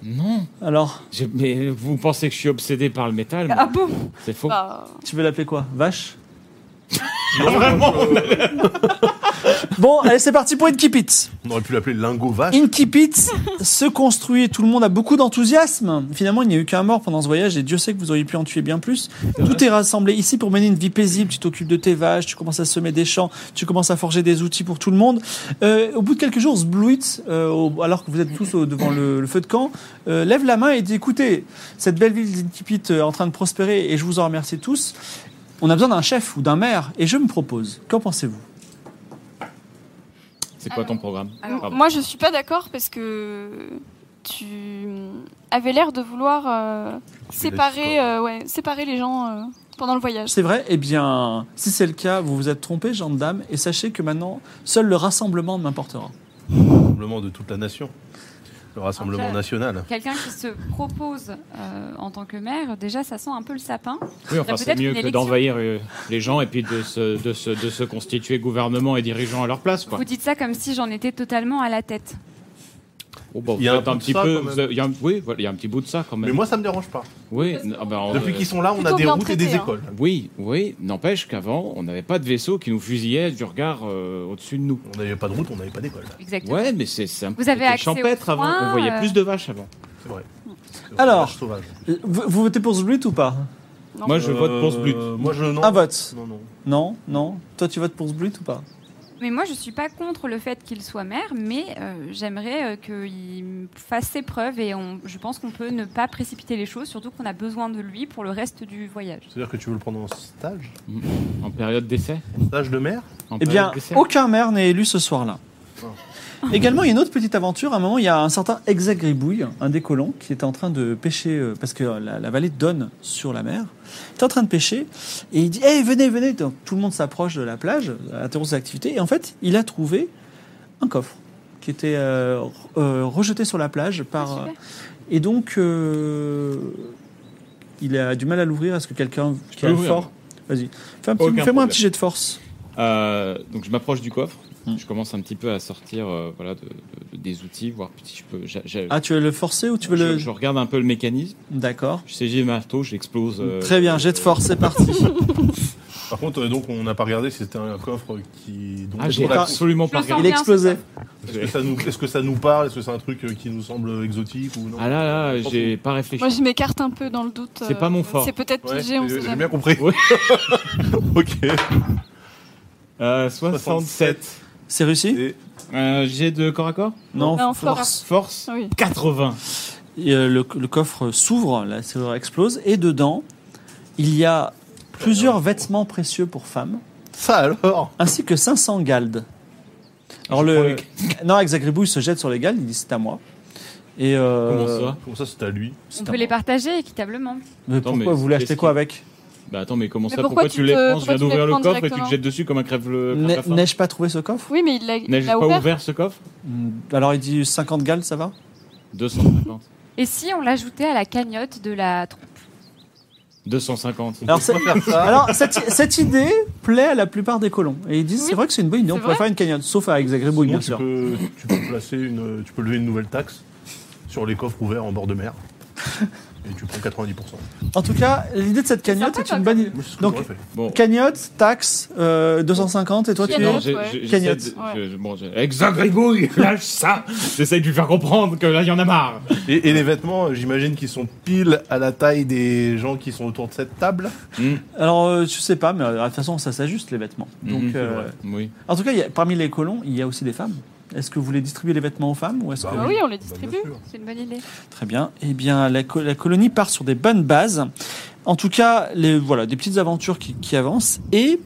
Non. Alors, J'ai- Mais vous pensez que je suis obsédé par le métal moi Ah bon C'est faux. Bah, tu veux l'appeler quoi Vache Vraiment Bon, allez, c'est parti pour Inkipit. On aurait pu l'appeler Lingo Vache. Inkipit se construit, tout le monde a beaucoup d'enthousiasme. Finalement, il n'y a eu qu'un mort pendant ce voyage et Dieu sait que vous auriez pu en tuer bien plus. Tout est rassemblé ici pour mener une vie paisible. Tu t'occupes de tes vaches, tu commences à semer des champs, tu commences à forger des outils pour tout le monde. Euh, au bout de quelques jours, Sbluit, euh, au- alors que vous êtes tous au- devant le, le feu de camp, euh, lève la main et dit écoutez, cette belle ville d'Inkipit euh, est en train de prospérer et je vous en remercie tous. On a besoin d'un chef ou d'un maire et je me propose. Qu'en pensez-vous C'est quoi ton programme Alors, Pardon. moi je suis pas d'accord parce que tu avais l'air de vouloir euh, séparer, euh, ouais, séparer les gens euh, pendant le voyage. C'est vrai Eh bien, si c'est le cas, vous vous êtes trompé, gendarme, et sachez que maintenant, seul le rassemblement m'importera. Le rassemblement de toute la nation. Le rassemblement Après- national. Quelqu'un qui se propose euh, en tant que maire, déjà, ça sent un peu le sapin. Oui, enfin, Faudrait c'est bah, peut-être mieux une que élection. d'envahir euh, les gens et puis de se, de, se, de se constituer gouvernement et dirigeant à leur place. Quoi. Vous dites ça comme si j'en étais totalement à la tête. Oh, bah, Il y a vous un êtes bout de petit ça, peu. quand même. vous êtes- il y a un- oui, voilà, il y a un petit bout de ça quand même. Mais moi ça me dérange pas. oui, n- ah, bah, on- Depuis euh, qu'ils sont là, on a plutôt des bien routes et des traité, hein. écoles. Oui, oui. N'empêche qu'avant, on n'avait pas de vaisseau qui nous fusillait du regard euh, au-dessus de nous. On n'avait pas de route, on n'avait pas d'école. Exactement. Ouais, mais c'est c'est un Vous avez c'était accès au champêtre avant. foin, On voyait euh, plus de vaches avant. C'est vrai. C'est vrai, Alors. vache sauvage. Euh, Vous, vous votez pour Zbluit ou pas Non. Moi, je vote pour ce but. Euh, Moi je non. Un vote Non non. Non, non. Toi, tu votes pour Zbluit ou pas Mais moi, je suis pas contre le fait qu'il soit maire, mais euh, j'aimerais euh, qu'il fasse ses preuves et on- je pense qu'on peut ne pas précipiter les choses, surtout qu'on a besoin de lui pour le reste du voyage. C'est-à-dire que tu veux le prendre en stage En période d'essai Stage de maire En Eh période bien, d'essai aucun maire n'est élu ce soir-là. Oh. Également, il y a une autre petite aventure. À un moment, il y a un certain Hexagribouille, un des colons, qui est en train de pêcher, euh, parce que la, la vallée donne sur la mer. Il est en train de pêcher, et il dit Hey, venez, venez Donc, Tout le monde s'approche de la plage, euh, interrompt ses activités, et en fait, il a trouvé un coffre qui était euh, re- euh, rejeté sur la plage par. super. et donc, euh, il a du mal à l'ouvrir. Est-ce que quelqu'un qui peux est l'ouvrir. fort Vas-y, fais un petit- Aucun fais-moi un problème. petit jet de force. Euh, donc je m'approche du coffre. Hmm. Je commence un petit peu à sortir euh, voilà, de- de- de- des outils, voir si je peux. j'a- j'a- Ah, tu veux le forcer ou tu veux je, le. je regarde un peu le mécanisme. D'accord. Je saisis le marteau, Hmm. j'explose. euh, Très bien, jet de force, c'est parti. Par contre, euh, donc, on n'a pas regardé si c'était un coffre qui. donc, Ah, est-ce j'ai qu'on a- absolument Je pas le regardé. Il bien, explosait. Est-ce que, ça nous... est-ce que ça nous parle Est-ce que c'est un truc euh, qui nous semble exotique ou non Ah là là, j'ai pas réfléchi. Moi, je m'écarte un peu dans le doute. C'est euh, pas mon fort. C'est peut-être Ouais, piégé, on sait j'ai j'ai jamais. bien compris. Ouais. ok. Euh, 67. C'est réussi Et Euh, j'ai de corps à corps Non, Non, force. Force Ah Oui. 80. Et, euh, le, le coffre s'ouvre, la serrure explose, et dedans, il y a plusieurs vêtements précieux pour femmes, ça alors ainsi que 500 galdes. Alors Je le... prends Non, Exagribou, il se jette sur les galdes, il dit c'est à moi. Et euh, Comment ça Pour ça, c'est à lui. c'est On à peut moi. les partager équitablement. Mais Attends, pourquoi mais vous voulez acheter qu'est-ce quoi qu'il- avec Bah attends, mais comment Mais ça pourquoi Pourquoi, tu tu les te- prends Je pourquoi viens tu les d'ouvrir le prends coffre et tu te directement jettes dessus comme un crève le. N'ai- crève-la-faim. N'ai-je pas trouvé ce coffre Oui, mais il l'a il N'ai-je pas l'a ouvert. ouvert ce coffre Hmm, Alors il dit 50 galdes, ça va 250. Et si on l'ajoutait à la cagnotte de la troupe 250. Alors, c'est- Alors, cette, cette idée plaît à la plupart des colons. Et ils disent, Oui. c'est vrai que c'est une bonne idée, on C'est pourrait vrai. faire une cagnotte, sauf à Exagribouille, bien Sinon, tu sûr. Peux, tu peux placer une, tu peux lever une nouvelle taxe sur les coffres ouverts en bord de mer. Et tu prends 90%. En tout cas, l'idée de cette cagnotte sympa, est, toi, une bonne idée. Moi, c'est ce que Donc, j'aurais fait. Bon. Cagnotte, taxe, euh, 250, et toi tu C'est- es non, Cagnotte, j'ai- ouais. j'ai- j'essaie Cagnotte. de- Ouais. je- bon, j'ai- Exagribouille, lâche ça J'essaie de lui faire comprendre que là, il y en a marre. Et, et les vêtements, euh, j'imagine qu'ils sont pile à la taille des gens qui sont autour de cette table. Alors, euh, je sais pas, mais euh, de toute façon, ça s'ajuste les vêtements. Donc, Mhm, c'est euh, vrai. Oui. en tout cas, il y a- parmi les colons, il y a aussi des femmes. Est-ce que vous voulez distribuer les vêtements aux femmes ou est-ce Bah que... Ah oui, on les Bah, distribue. sûr. C'est une bonne idée. Très bien. Eh bien, la, co- la colonie part sur des bonnes bases. En tout cas, les, voilà, des petites aventures qui, qui avancent. Et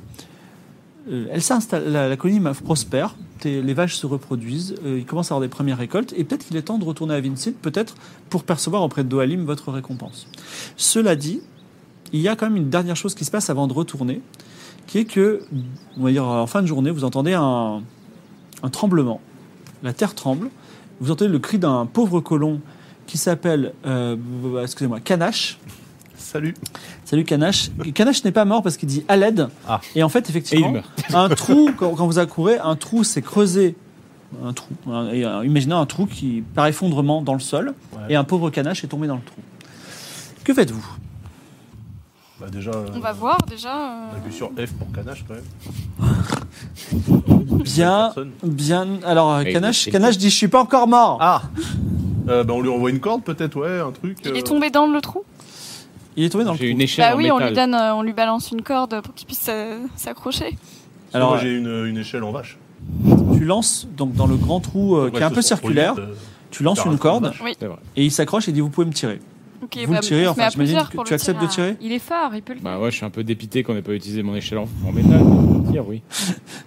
euh, elle s'installe, la, la colonie ma- prospère. T'es- Les vaches se reproduisent. euh, il commence à avoir des premières récoltes. Et peut-être qu'il est temps de retourner à Vincent, peut-être pour percevoir auprès de Doalim votre récompense. Cela dit, il y a quand même une dernière chose qui se passe avant de retourner, qui est que, on va dire, en fin de journée, vous entendez un, un tremblement. La terre tremble. Vous entendez le cri d'un pauvre colon qui s'appelle, euh, excusez-moi, Canache. Salut. Salut Canache. Canache n'est pas mort parce qu'il dit à l'aide. Ah. Et en fait, Et il effectivement, meurt. un trou, quand, quand vous accourez, un trou s'est creusé. Un trou. Un- et, euh, imaginez un trou qui, par effondrement, dans le sol. Ouais. Et un pauvre Canache est tombé dans le trou. Que faites-vous Bah, déjà, euh, On va voir déjà. On euh, appuie sur F pour Canache quand même. Bien, Personne. bien. Alors, euh, Et- Canache, et- Canache dit Je suis pas encore mort. Ah Euh, bah, On lui envoie une corde peut-être, ouais, un truc. Il euh, est tombé dans le trou Il est tombé dans le trou. J'ai une échelle Bah en oui, on lui, métal. donne, euh, on lui balance une corde pour qu'il puisse euh, s'accrocher. parce que Alors, moi, j'ai une, une échelle en vache. tu lances donc dans le grand trou euh, qui est un peu circulaire. Tu lances une corde C'est vrai. et il s'accroche et dit Vous pouvez me tirer. Ok, Vous bah, le tirez, on se enfin, met à j'imagine plusieurs que pour le tu acceptes de tirer. hein. tirer. Il est fort, il peut le faire. Bah ouais, je suis un peu dépité qu'on n'ait pas utilisé mon échelle en, en métal. mais je tire, oui.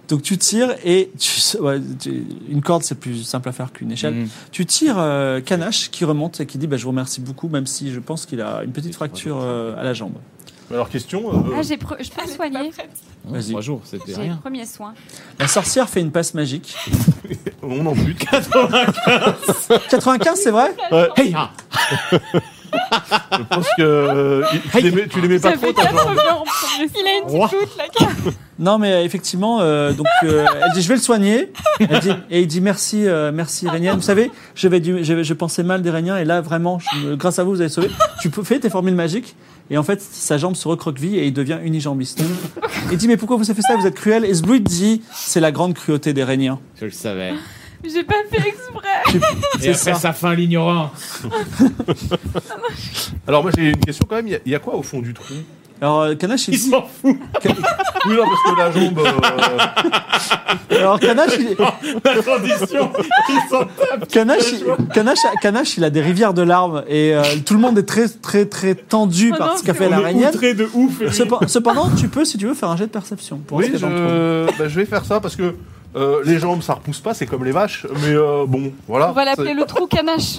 Donc tu tires et tu- ouais, tu- une corde c'est plus simple à faire qu'une échelle. Mhm. Tu tires euh, Canache qui remonte et qui dit bah, je vous remercie beaucoup même si je pense qu'il a une petite fracture euh, à la jambe. Alors, question. euh, Ah, j'ai pre- je peux soigner. Hein, Vas-y. Trois jours, c'était J'ai rien. premier soin. La sorcière fait une passe magique. on en bute. 95 c'est vrai Ouais. Hey, ah Je pense que euh, tu les mets, tu les mets pas hein, trop, ta jambe. Il a une petite goutte, la carte. Non mais euh, effectivement euh, donc euh, elle dit je vais le soigner Elle dit- et il dit merci euh, merci Régnien. Vous savez je vais du- je, je pensais mal des Régnien et là vraiment je- grâce à vous vous avez sauvé. Tu peux fais tes formules magiques et en fait sa jambe se recroqueville et il devient unijambiste. Il dit mais pourquoi vous avez fait ça vous êtes cruel et Zbluit dit c'est la grande cruauté des Régniens. Je le savais. J'ai pas fait exprès. Et C'est après, ça. sa fin, l'ignorant. Alors, moi, j'ai une question quand même. Il y a- il y, a quoi au fond du trou Alors, euh, Kanash, il Il dit- s'en fout. Oui, non, parce que la jambe. euh, Alors, Kanash, il... La transition. Il s'en Kanash, il- Kanash, Kanash, il a des rivières de larmes et euh, tout le monde est très, très, très tendu Oh par non, ce qu'a c'est fait On est l'araignée. outré de ouf. et- Cepen- Cependant, tu peux, si tu veux, faire un jet de perception. Pour Oui, rester dans le trou. je... bah, je vais faire ça parce que euh, les jambes, ça repousse pas, c'est comme les vaches. Mais euh, bon, voilà. On va l'appeler C'est- le trou canache.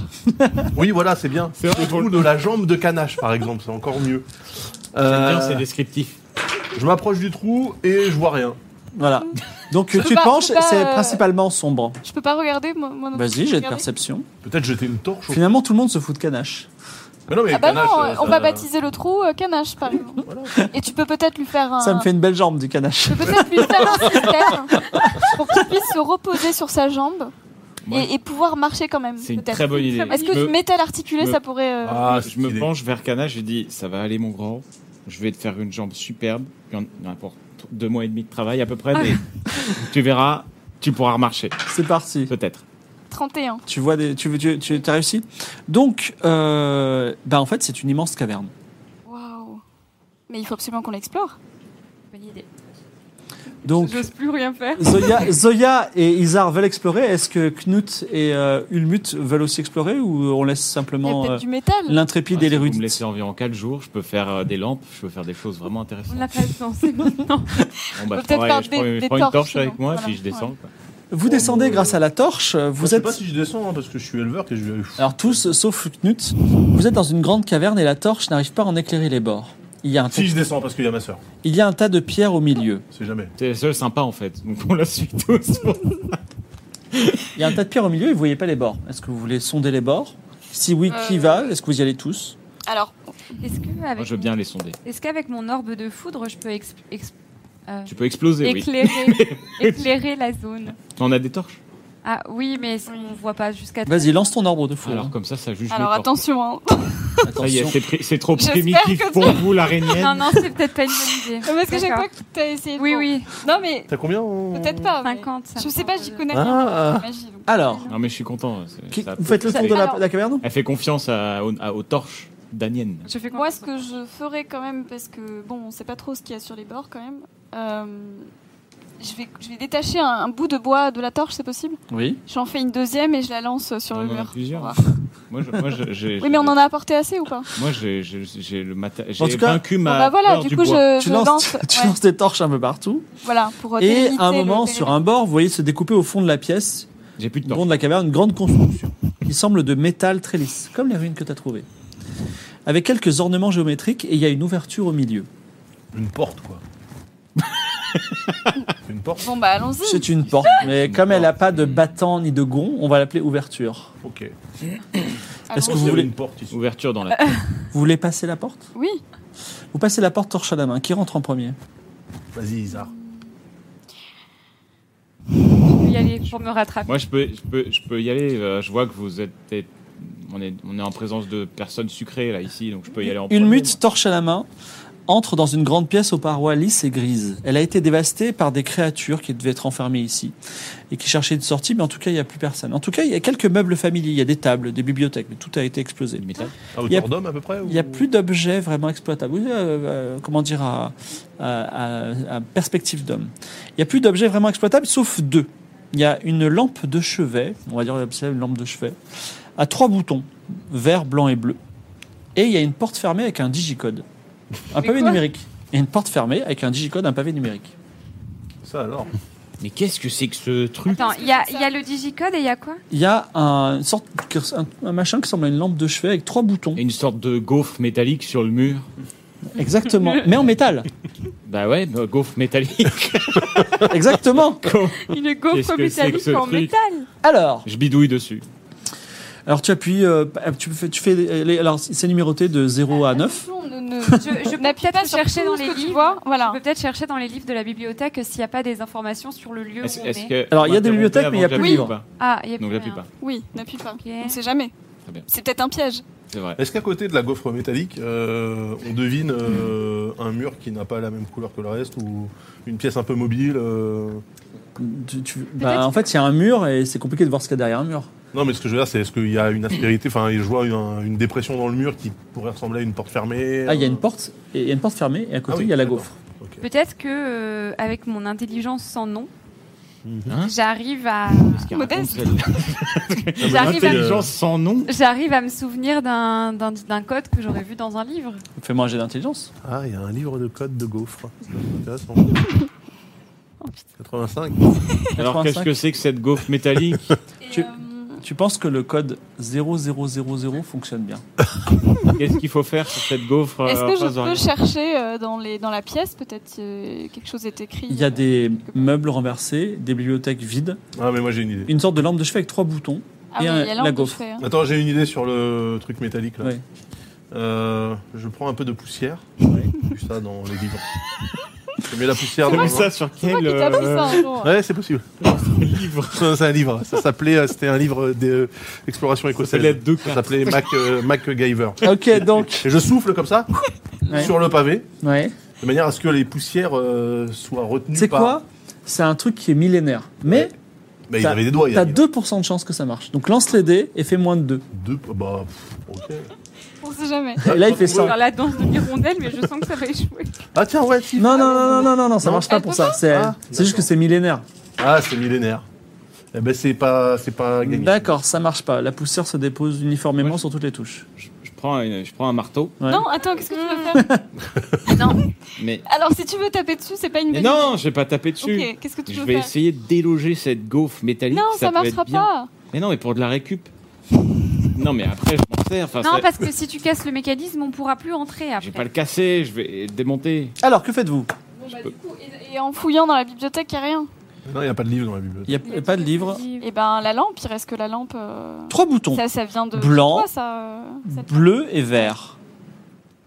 Oui, voilà, c'est bien. C'est vrai le trou de la jambe de canache, par exemple, c'est encore mieux. J'aime bien, Ah. Euh, c'est descriptif. je m'approche du trou et je vois rien. Voilà. Donc, tu peux te pas- penches, je peux pas, c'est euh, principalement sombre. Je peux pas regarder, moi, moi non plus. Vas-y, jet de Regardez. perception. Peut-être jeter une torche. au- Finalement, tout le monde se fout de Kanash. Mais non, mais Ah bah Canache, non, euh, on ça- va baptiser le trou euh, canache, par exemple. Et tu peux peut-être lui faire un... Ça me fait une belle jambe, dit Kanash. Je peux peut-être lui faire un système pour qu'il puisse se reposer sur sa jambe Ouais. et, et pouvoir marcher quand même. C'est une peut-être. très bonne idée. Est-ce que Je du me- métal articulé, je me- ça pourrait. euh, Ah, je me stylé. penche vers Canache et dis ça va aller mon grand. Je vais te faire une jambe superbe. Il y en il y en a pour t- deux mois et demi de travail à peu Ah. près, mais tu verras, tu pourras remarcher, C'est parti. peut-être. 31. Tu vois, des, tu, tu, tu as réussi. Donc, euh, bah, en fait, c'est une immense caverne. Waouh. Mais il faut absolument qu'on l'explore. Bonne idée. Donc, J'ose plus rien faire. Zoya, Zoya et Isar veulent explorer. Est-ce que Knut et euh, Ulmut veulent aussi explorer ou on laisse Il y a simplement peut-être euh, du métal. l'intrépide Ah, et si vous me l'érudite laissez environ 4 jours, je peux faire euh, des lampes, je peux faire des choses vraiment On intéressantes. n'a pas le temps, c'est maintenant. Bon, bah, peut je peut-être prends, faire je des- prends- je des prends une torche torches, avec non moi, Voilà, puis je descends. quoi. Vous descendez grâce à la torche. Je Vous sais êtes pas si je descends hein, parce que je suis éleveur et je vais. alors tous sauf Knut. Vous êtes dans une grande caverne et la torche n'arrive pas à en éclairer les bords. Il y a un, Si je descends parce qu'il y a ma soeur, il y a un tas de pierres au milieu. c'est jamais. C'est le seul sympa en fait, donc on la suit tous. Il y a un tas de pierres au milieu et vous voyez pas les bords. Est-ce que vous voulez sonder les bords Si oui, qui Euh. va Est-ce que vous y allez tous Alors, Est-ce que Moi avec je veux bien les sonder. Est-ce qu'avec mon orbe de foudre, je peux exp- exp- euh, Tu peux exploser, oui. éclairer, éclairer la zone On a des torches Ah oui, mais si on voit pas jusqu'à. Vas-y, lance ton arbre de fou. Alors comme ça, ça juge alors le corps. attention. hein. Ça Ah, y est, c'est pri- c'est trop J'espère primitif que tu- pour vous l'araignée. Non, non, c'est peut-être pas une bonne idée. Parce que chaque D'accord. fois que t'as essayé. de- Oui, oui, Non, mais T'as combien euh, en- peut-être pas. mais- 50. ça Je sais pas, me j'y semble. connais rien. Ah, Magie, donc. Alors, Non mais je suis content. euh, c'est- qui- ça vous peut- faites le ça tour fait- de la, Alors- la caverne Elle fait confiance à- au- à- aux torches d'Anienne. Je fais Moi, confiance. ce que je ferais quand même, parce que bon, on sait pas trop ce qu'il y a sur les bords quand même. euh, je, vais, je vais détacher un, un bout de bois de la torche, c'est possible Oui. J'en fais une deuxième et je la lance sur On le en a mur. plusieurs. Voilà. Moi, je- moi, je- j'ai. Oui, mais on en a apporté assez ou pas Moi, j'ai, j'ai, j'ai le matin. En J'ai tout cas- vaincu Bon, ma. Bah voilà, peur du du coup, bois. je, Tu je lances, lance. tu ouais, lances des torches un peu partout. Voilà, pour Et délimiter à un le moment, périmètre. sur un bord, vous voyez se découper au fond de la pièce J'ai plus de Au temps. fond de la caverne, une grande construction qui semble de métal très lisse, comme les ruines que tu as trouvées. Avec quelques ornements géométriques et il y a une ouverture au milieu. Une porte, quoi. une porte Bon, bah allons-y. C'est une porte, mais comme elle n'a pas de battant ni de gond, on va l'appeler ouverture. Ok. Je Est-ce que pense vous qu'il y avait voulez, une porte ici. Ouverture dans la. vous voulez passer la porte Oui, Vous passez la porte torche à la main. Qui rentre en premier Vas-y, Isar. Je vais y aller pour me rattraper. Moi, je peux, je peux, je peux y aller. euh, je vois que vous êtes. On est, on est en présence de personnes sucrées là ici, donc je peux y aller en Une premier, mute torche à la main entre dans une grande pièce aux parois lisses et grises. Elle a été dévastée par des créatures qui devaient être enfermées ici et qui cherchaient une sortie, mais en tout cas, il n'y a plus personne. En tout cas, il y a quelques meubles familiers, il y a des tables, des bibliothèques, mais tout a été explosé. moi. Limite, hein. À Il y a- hauteur d'homme, à peu près ou- Il n'y a plus d'objets vraiment exploitables. Oui, euh, euh, comment dire, à, à- à- à perspective d'homme. Il n'y a plus d'objets vraiment exploitables, sauf deux. Il y a une lampe de chevet, on va dire c'est une lampe de chevet, à trois boutons, vert, blanc et bleu. Et il y a une porte fermée avec un digicode, un pavé quoi numérique. Et une porte fermée avec un digicode, un pavé numérique. Ça alors Mais qu'est-ce que c'est que ce truc Attends, il y, a- il y a le digicode et il y a quoi Il y a un, une sorte, un, un machin qui semble à une lampe de chevet avec trois boutons. Une sorte de gaufre métallique sur le mur. Exactement, mais en métal. Bah ouais, bah, gaufre métallique. Exactement. Il est Qu'est-ce gaufre que c'est que métallique ce en truc métal. Alors, je bidouille dessus. Alors tu appuies, euh, tu fais, tu fais les- les- alors c'est numéroté de 0 à 9. non, ne, ne- Je, je peux n'appuie pas peut-être sur chercher tout dans ce les que tu livres. vois. Voilà. Je peux peut-être chercher dans les livres de la bibliothèque s'il n'y a pas des informations sur le lieu Est-ce- où on est-ce est. que- Alors, il y a des vous bibliothèques, m'interrompez mais il y a avant que plus de livres. j'appuie ou pas Ah, il y a Donc plus j'appuie rien. pas. Oui, n'appuie pas. Ok. On ne sait jamais. Très bien. C'est peut-être un piège. C'est vrai. Est-ce qu'à côté de la gaufre métallique, euh, on devine euh, un mur qui n'a pas la même couleur que le reste ou une pièce un peu mobile euh, Tu- tu- bah, en fait, il y a un mur et c'est compliqué de voir ce qu'il y a derrière un mur. Non, mais ce que je veux dire, c'est est-ce qu'il y a une aspérité Enfin, je vois une, une dépression dans le mur qui pourrait ressembler à une porte fermée. Ah, il y a euh, une porte, et il y a une porte fermée, et à côté, Ah oui, il y a la d'accord. gaufre. ok. Peut-être que euh, avec mon intelligence sans nom, Hein j'arrive à Qu'est-ce qu'il raconte, Modeste. celle-là j'arrive à, Intelligence sans nom. j'arrive à me souvenir d'un d'un- d'un code que j'aurais vu dans un livre. Fais-moi un jet d'intelligence. Ah, il y a un livre de code de gaufre. Intéressant. 85. 85. Alors qu'est-ce que c'est que cette gaufre métallique Tu- euh, Euh, Tu penses que le code 0000 fonctionne bien Qu'est-ce qu'il faut faire sur cette gaufre Est-ce euh, que je face peux orientale chercher euh, dans, les, dans la pièce Peut-être euh, quelque chose est écrit. Il y a euh, des meubles renversés, des bibliothèques vides, Ah, mais moi j'ai une idée. une sorte de lampe de chevet avec trois boutons. Ah et oui, un- il y la a l'angle de gaufre. chevet, hein. Attends, j'ai une idée sur le truc métallique là. Ouais. Euh, je prends un peu de poussière. J'ai vu ça dans les livres. je mets la poussière dans Comment le ça sur C'est moi quel euh, qui hein t'ai appris ça un jour. Ouais, c'est possible. livre C'est un livre. Ça s'appelait, euh, c'était un livre d'exploration écossaise. s'appelait deux Ça s'appelait Mac, euh, MacGyver. Ok, donc. Et je souffle comme ça Ouais. sur le pavé, Ouais. de manière à ce que les poussières euh, soient retenues. C'est par- quoi C'est un truc qui est millénaire. Mais Bah, il T'as- avait des doigts. il y t'as a- 2% de chance que ça marche. Donc lance les dés et fais moins de 2. deux. Bah, pff, ok. On sait jamais. Et là, il fait Dans ça. la danse de l'hirondelle, mais je sens que ça va échouer. Ah tiens, ouais. si. Non, non, non, non, non, non, non, ça Non. marche pas pour ça. C'est Ah, c'est juste d'accord. que c'est millénaire. Ah, c'est millénaire. Eh ben, c'est pas, c'est pas gagné. D'accord, ça marche pas. La poussière se dépose uniformément Ouais. sur toutes les touches. je, je prends une- je prends un marteau, Ouais. Non, attends, qu'est-ce que tu veux faire Non. mais, Alors, si tu veux taper dessus, c'est pas une mais bonne non, je vais pas taper dessus. idée. Ah, Ok, qu'est-ce que tu Je veux vais faire essayer de déloger cette gaufre métallique. Non, ça peut être marchera bien. pas. Mais non, mais pour de la récup. Non, mais après, je m'en sers. Enfin, Non, ça- parce que si tu casses le mécanisme, on pourra plus rentrer Je après. vais Ah, pas le casser, je vais le démonter. Alors, que faites-vous Bon, bah, du coup, et, et en fouillant dans la bibliothèque, il n'y a rien. Non, il n'y a pas de livre dans la bibliothèque. Il n'y a p- pas de livre. Et ben, la lampe, il reste que la lampe. euh, Trois boutons. Ça, ça vient de. Blanc. c'est quoi, ça, euh, cette- Bleu et vert.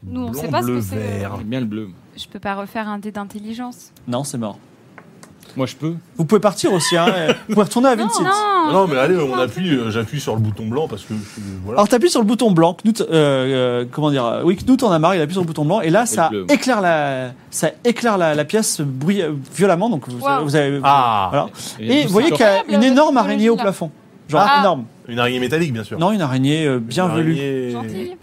Nous, on Blanc, sait pas ce bleu, que c'est. euh, vert. J'aime bien le bleu. Je peux pas refaire un dé d'intelligence. Non, c'est mort. Moi, je peux. Vous pouvez partir aussi, hein. Vous pouvez retourner à Vincent. non, Non, mais allez, on appuie, euh, j'appuie sur le bouton blanc parce que je- voilà. Alors t'appuies sur le bouton blanc, Knut, euh, euh, comment dire, euh, oui Knut en a marre, il appuie sur le bouton blanc et là ça bleu. éclaire la, ça éclaire la, la pièce bruit, euh, violemment donc vous, Wow. vous avez, Ah. voilà. y a Et tout vous voyez ça. qu'il y a Incroyable, une cette énorme araignée au technologie-là. plafond, genre Ah. énorme. Une araignée métallique, bien sûr. Non une araignée euh, bien Une velue. araignée- Gentille.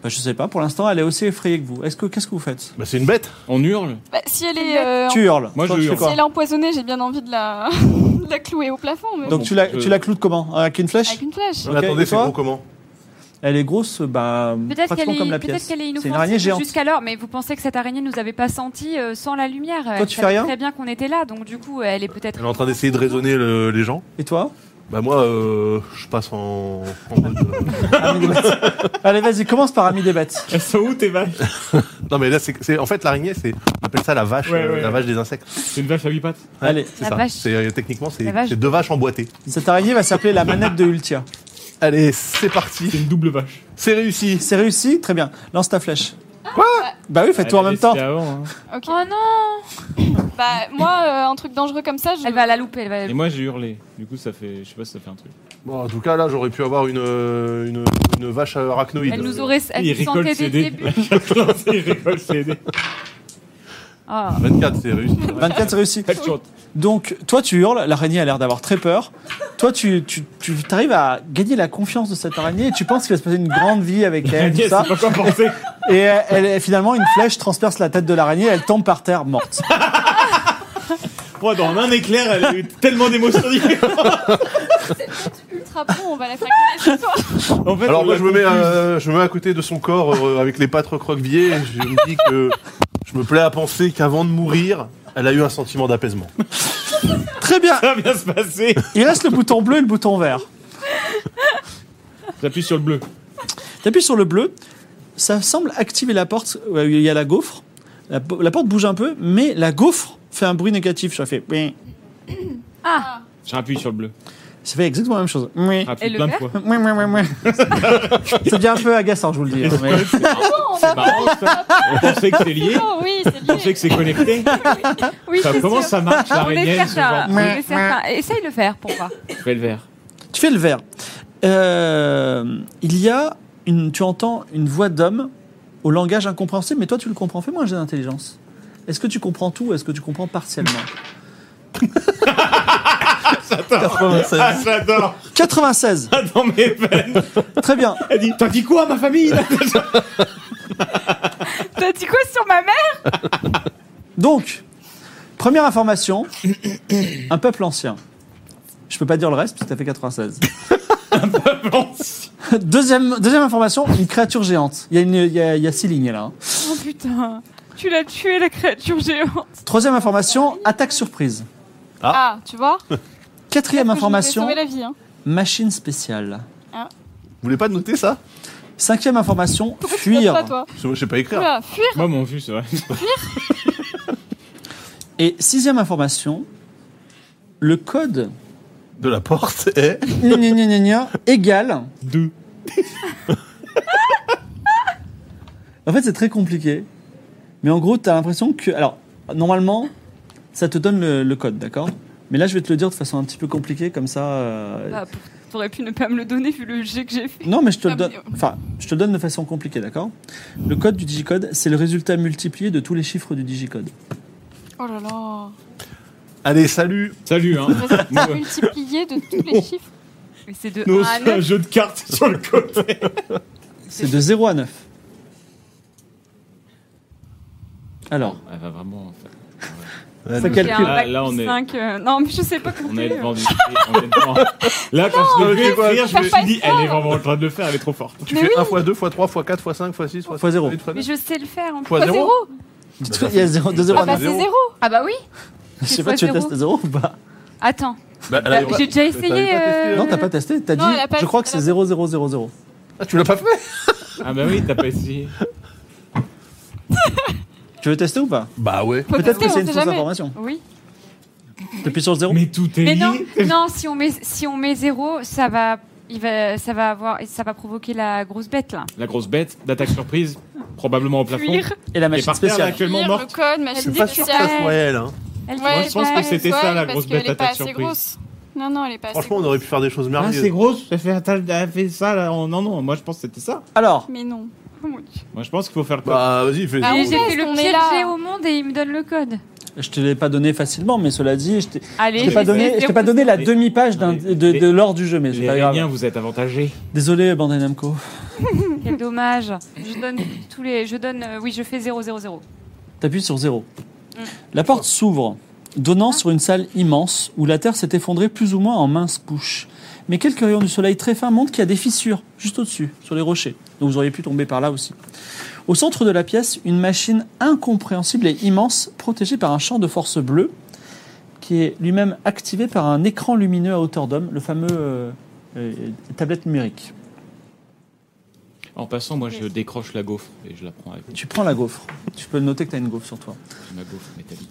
Bah, je sais pas, pour l'instant elle est aussi effrayée que vous. Est-ce que qu'est-ce que vous faites Bah, c'est une bête. On hurle. Bah, si elle est. euh, Tu hurles. Moi, Toi, tu je fais hurle. Si quoi elle est empoisonnée, j'ai bien envie de la, de la clouer au plafond. Mais Donc Bon, tu la, je- tu la cloues comment Avec une flèche avec une flèche. Mais Ok, et attendez, c'est toi gros comment Elle est grosse, bah Peut-être qu'elle pratiquement comme la est, pièce. peut-être qu'elle est C'est une araignée inoffensive géante. jusqu'alors, mais vous pensez que cette araignée nous avait pas senti euh, sans la lumière. elle tu savait fais rien Très bien qu'on était là, donc du coup, elle est peut-être. Elle est en train d'essayer de raisonner le- les gens. Et toi Bah, moi, euh, je passe en. en mode, euh, Ami des bêtes. Allez vas-y, commence par ami des bêtes. Elles sont où tes vaches Non, mais là, c'est c'est- en fait l'araignée, c'est. On appelle ça la vache, Ouais, euh, ouais. la vache des insectes. C'est une vache à huit pattes. Ouais, Allez. c'est La ça. vache. C'est- euh, techniquement, c'est La vache. c'est deux vaches emboîtées. Cette araignée va s'appeler la manette de Ultia. Allez, c'est parti. une double vache. C'est réussi. C'est réussi Très bien. Lance ta flèche. Ah, Quoi Bah oui, fais tout en même temps. hein. Ok. Oh non Bah, moi, euh, un truc dangereux comme ça, je. Elle va la louper. Elle va. Et moi j'ai hurlé. Du coup ça fait, je sais pas si ça fait un truc. Bon, en tout cas, là, j'aurais pu avoir une, euh, une, une vache arachnoïde. Elle nous aurait. Elle Il nous sentait récolte dès ses le dés. début. Il récolte ses dés. Oh. 24, c'est réussi. 24 réussi. Elle chante. Donc, toi, tu hurles, l'araignée a l'air d'avoir très peur. Toi, tu, tu, tu arrives à gagner la confiance de cette araignée et tu penses qu'il va se passer une grande vie avec elle, tout Yes, ça. c'est pas quoi penser. Et euh, elle, finalement, une flèche transperce la tête de l'araignée elle tombe par terre morte. Moi dans un éclair, elle a eu tellement d'émotions différentes. ultra bon, on va la faire crier ce soir. En fait, Alors on moi l'a je me mets confuse. à, je me mets à côté de son corps euh, avec les pattes recroquevillées et je me dis que je me plais à penser qu'avant de mourir, elle a eu un sentiment d'apaisement. Très bien. Ça va bien se passer. Il reste le bouton bleu et le bouton vert. J'appuie sur le bleu. T'appuies sur le bleu, ça semble activer la porte où il y a la gaufre. La, po- la porte bouge un peu, mais la gaufre fait un bruit négatif. Ça fait, oui. J'appuie sur le bleu. ça fait exactement la même chose. Oui. J'appuie Et le plein de vert fois. Oui, oui, oui, oui. C'est bien un peu agaçant, je vous le dis. hein, mais- C'est marrant ça. Vous pensez que c'est lié Oh oui, c'est Vous pensez lié. que c'est connecté Oui, Enfin, c'est Comment sûr. ça marche On est l'araignée ce certain. genre On est certain. Essaye le faire pour voir. Je fais le vert. Tu fais le vert. Euh, il y a une, tu entends une voix d'homme au langage incompréhensible, mais toi tu le comprends. Fais-moi un jet d'intelligence. Est-ce que tu comprends tout ou est-ce que tu comprends partiellement 96. Ah, j'adore Ah, 96 Dans mes veines Très bien. Elle dit T'as dit quoi, ma famille T'as dit quoi sur ma mère Donc, première information un peuple ancien. Je peux pas dire le reste, parce que t'as fait 96. Deuxième, deuxième information, une créature géante. Il y, a une- il y a- il y a six lignes là. hein. Oh putain, tu l'as tué la créature géante. Troisième information, attaque surprise. Ah, tu vois Quatrième Je information, vous ai sauvé la vie. Hein. machine spéciale. Vous voulez pas noter ça Cinquième information, Pourquoi tu fuir. notes pas, toi Parce que moi, je sais pas écrire. Oula, Fuir Moi, mon fils, ouais. Et sixième information, le code De la porte eh. est. gna gna gna gna gna égale. Deux. En fait, c'est très compliqué. Mais en gros, t'as l'impression que. Alors, normalement, ça te donne le, le code, d'accord Mais là, je vais te le dire de façon un petit peu compliquée, comme ça. euh, Bah, pour- T'aurais pu ne pas me le donner vu le jet que j'ai fait. Non, mais je te le Ah, donne. mais- Enfin, je te le donne de façon compliquée, d'accord Le code du digicode, c'est le résultat multiplié de tous les chiffres du digicode. Oh là là Allez, salut Salut, hein. Résultat multiplié de tous les chiffres. Mais c'est de Nous, 1 à c'est un 9. jeu de cartes sur le côté. C'est de 0 à 9. Alors, Elle va vraiment. ça J'ai un calcule. bac Ah, Là, on plus est- 5. euh, Non, mais je sais pas On est compter. devant du. on est devant- Là, quand je l'ai vu écrire, je ça me suis passe dit Elle est vraiment en train de le faire, elle est trop forte. Tu Mais fais oui. 1 x 2 x 3 x 4 x 5 x 6 x Fois zéro. Mais je sais le faire en plus. Fois Pas zéro zéro il y a zéro- de 0 Ah à bah 9. c'est zéro. zéro Ah bah oui. Je sais c'est pas, fois tu zéro. testes 0 ou pas Attends. Bah, elle a- Ah, J'ai déjà essayé. pas testé, euh, Non, t'as pas testé. T'as dit, Non, elle a pas- je crois que elle c'est a- 0, 0, 0, 0. Ah, tu l'as pas fait Ah, bah oui, t'as pas essayé. Tu veux tester ou pas Bah ouais. Faut Peut-être tester, que c'est on une sait fausse jamais. information. Oui. T'appuies sur le 0 Mais tout est Mais lié. non, non, si on met si on met zéro, ça va il va ça va avoir ça va provoquer la grosse bête là. La grosse bête d'attaque surprise, probablement au plafond. Fuir. et la Et machine par terre, là, spéciale. actuellement Fuir, morte. Le code, machine Je suis pas sûr que ça spéciale. soit elle. hein. Elle Ouais, je pense que bah, c'était ouais, ça, la parce grosse qu'elle bête est pas attaque assez surprise. grosse. Non, non, elle est pas assez Franchement, on grosse. aurait pu faire des choses Ah, Ah, merveilleuses. grosse, elle fait, ça là. Non, non, moi je pense que c'était ça. Alors, Mais non. Oh Moi je pense qu'il faut faire le code. Bah vas-y, fais Ah, Et on j'ai zéro. teste, fait le on est pire là. jet au monde et il me donne le code. je te l'ai pas donné facilement, mais cela dit, je t'ai- Allez, je t'ai pas vais donné, essayer je t'ai pas donné la Mais- demi-page d'un- mais- de, de, mais- l'or du jeu, mais c'est les pas Réuniens, grave. vous êtes avantagés. Désolé, Bandai Namco. Quel dommage. Je donne tous les je donne euh, oui, je fais 0 0 0. T'appuies sur 0. La porte s'ouvre, donnant sur une salle immense où la terre s'est effondrée plus ou moins en minces couches. Mais quelques rayons du soleil très fins montrent qu'il y a des fissures juste au-dessus, sur les rochers. Donc vous auriez pu tomber par là aussi. Au centre de la pièce, une machine incompréhensible et immense, protégée par un champ de force bleue, qui est lui-même activé par un écran lumineux à hauteur d'homme, le fameux euh, euh, tablette numérique. En passant, moi je décroche la gaufre et je la prends avec Tu prends la gaufre. Tu peux noter que tu as une gaufre sur toi. ma gaufre métallique.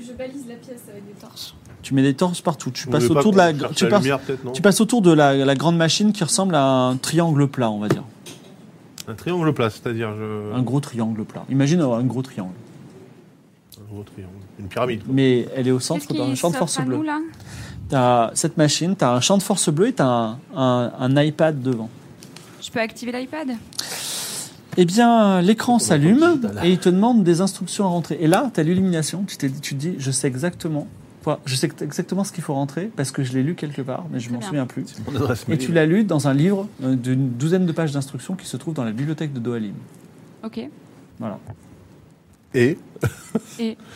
Je balise la pièce avec des torches. Tu mets des torches partout. Tu Vous passes voulez pas autour de qu'on la, cherche tu passes- lumière peut-être, non Tu passes autour de la, la grande machine qui ressemble à un triangle plat, on va dire. Un triangle plat, c'est-à-dire Un je... gros triangle plat. Imagine avoir un gros triangle. un gros triangle. Une pyramide. quoi. Mais elle est au Qu'est-ce centre qui d'un champ de s'offre force à nous, bleue. là T'as cette machine, t'as un champ de force bleu et t'as un, un- un iPad devant. Je peux activer l'iPad Eh bien, l'écran s'allume digital. et il te demande des instructions à rentrer. Et là, t'as l'illumination. Tu, t'es- tu te dis, je sais exactement, quoi- je sais exactement ce qu'il faut rentrer parce que je l'ai lu quelque part, mais je Très m'en bien. souviens plus. C'est mon adresse Et mail. tu l'as lu dans un livre euh, d'une douzaine de pages d'instructions qui se trouve dans la bibliothèque de Dohalim. OK. Voilà. Et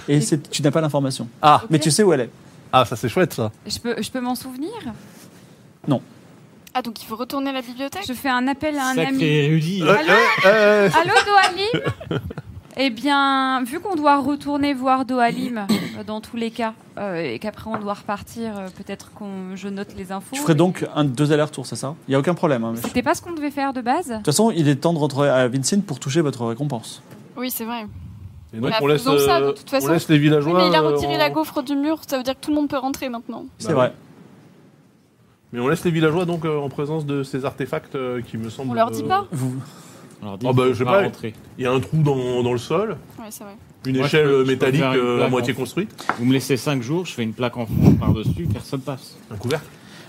Et c'est- tu n'as pas l'information. Ah. Mais tu sais où elle est. Ah, ça c'est chouette ça. Je peux je peux m'en souvenir Ah, donc il faut retourner à la bibliothèque Je fais un appel à un ami. Sacré érudit. hein. Euh, euh, euh, Ah, Allô Doalim Eh bien, vu qu'on doit retourner voir Doalim euh, dans tous les cas, euh, et qu'après on doit repartir, euh, peut-être qu'on je note les infos. Tu ferais donc un, deux allers-retours, c'est ça Il n'y a aucun problème. hein, mais- De C'était pas ce qu'on devait faire de base toute façon, il est temps de rentrer à Vincent pour toucher votre récompense. Bah Oui, c'est vrai. et donc, Bah, on laisse, faisons ça, de euh, toute façon. on laisse les Oui, villageois. mais il a euh, retiré en- la gaufre du mur, ça veut dire que tout le monde peut rentrer maintenant. C'est Bah vrai. Mais on laisse les villageois donc euh, en présence de ces artefacts euh, qui me semblent. On leur dit euh, pas Vous- On leur dit, Ah bah, je sais faut pas. rentrer. Il y a un trou dans, dans le sol, Ouais, c'est vrai. une Moi, je échelle peux- je peux métallique faire une euh, à plaque moitié en- construite, Vous me laissez 5 jours, je fais une plaque en fond par-dessus, personne passe. un couvercle.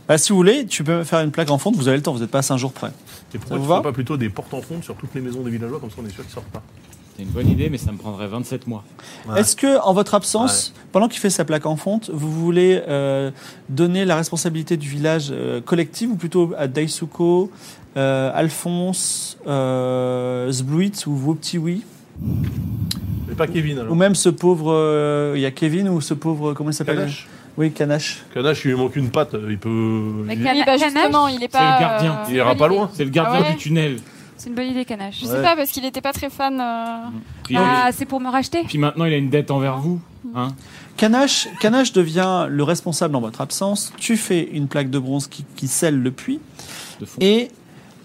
Bah, si vous voulez, tu peux faire une plaque en fonte, vous avez le temps, vous n'êtes pas à 5 jours près. Et pourquoi vous tu va fais pas plutôt des portes en fonte sur toutes les maisons des villageois, comme ça on est sûr qu'ils sortent pas C'est une bonne idée, mais ça me prendrait 27 mois. Ouais. Est-ce que, en votre absence, pendant qu'il fait sa plaque en fonte, vous voulez euh, donner la responsabilité du village euh, collectif ou plutôt à Daisuko, euh, Alphonse, euh, Zbluit ou vos petits oui Mais pas Kevin alors. Ou même ce pauvre, euh, il y a Kevin ou ce pauvre, comment il s'appelle Kanache. Oui, Canache. Kanache, il lui manque une patte, euh, il peut. Mais il- Kana- Oui, bah justement, Canache il est C'est pas. le gardien. Il ira pas loin. C'est le gardien Ah ouais du tunnel. C'est une bonne idée, Canache. Je Ouais. sais pas, parce qu'il était pas très fan. euh, Puis, Ah, c'est pour me racheter puis maintenant, il a une dette envers vous. Hein Canache, Canache devient le responsable en votre absence. Tu fais une plaque de bronze qui, qui scelle le puits. de fond. Et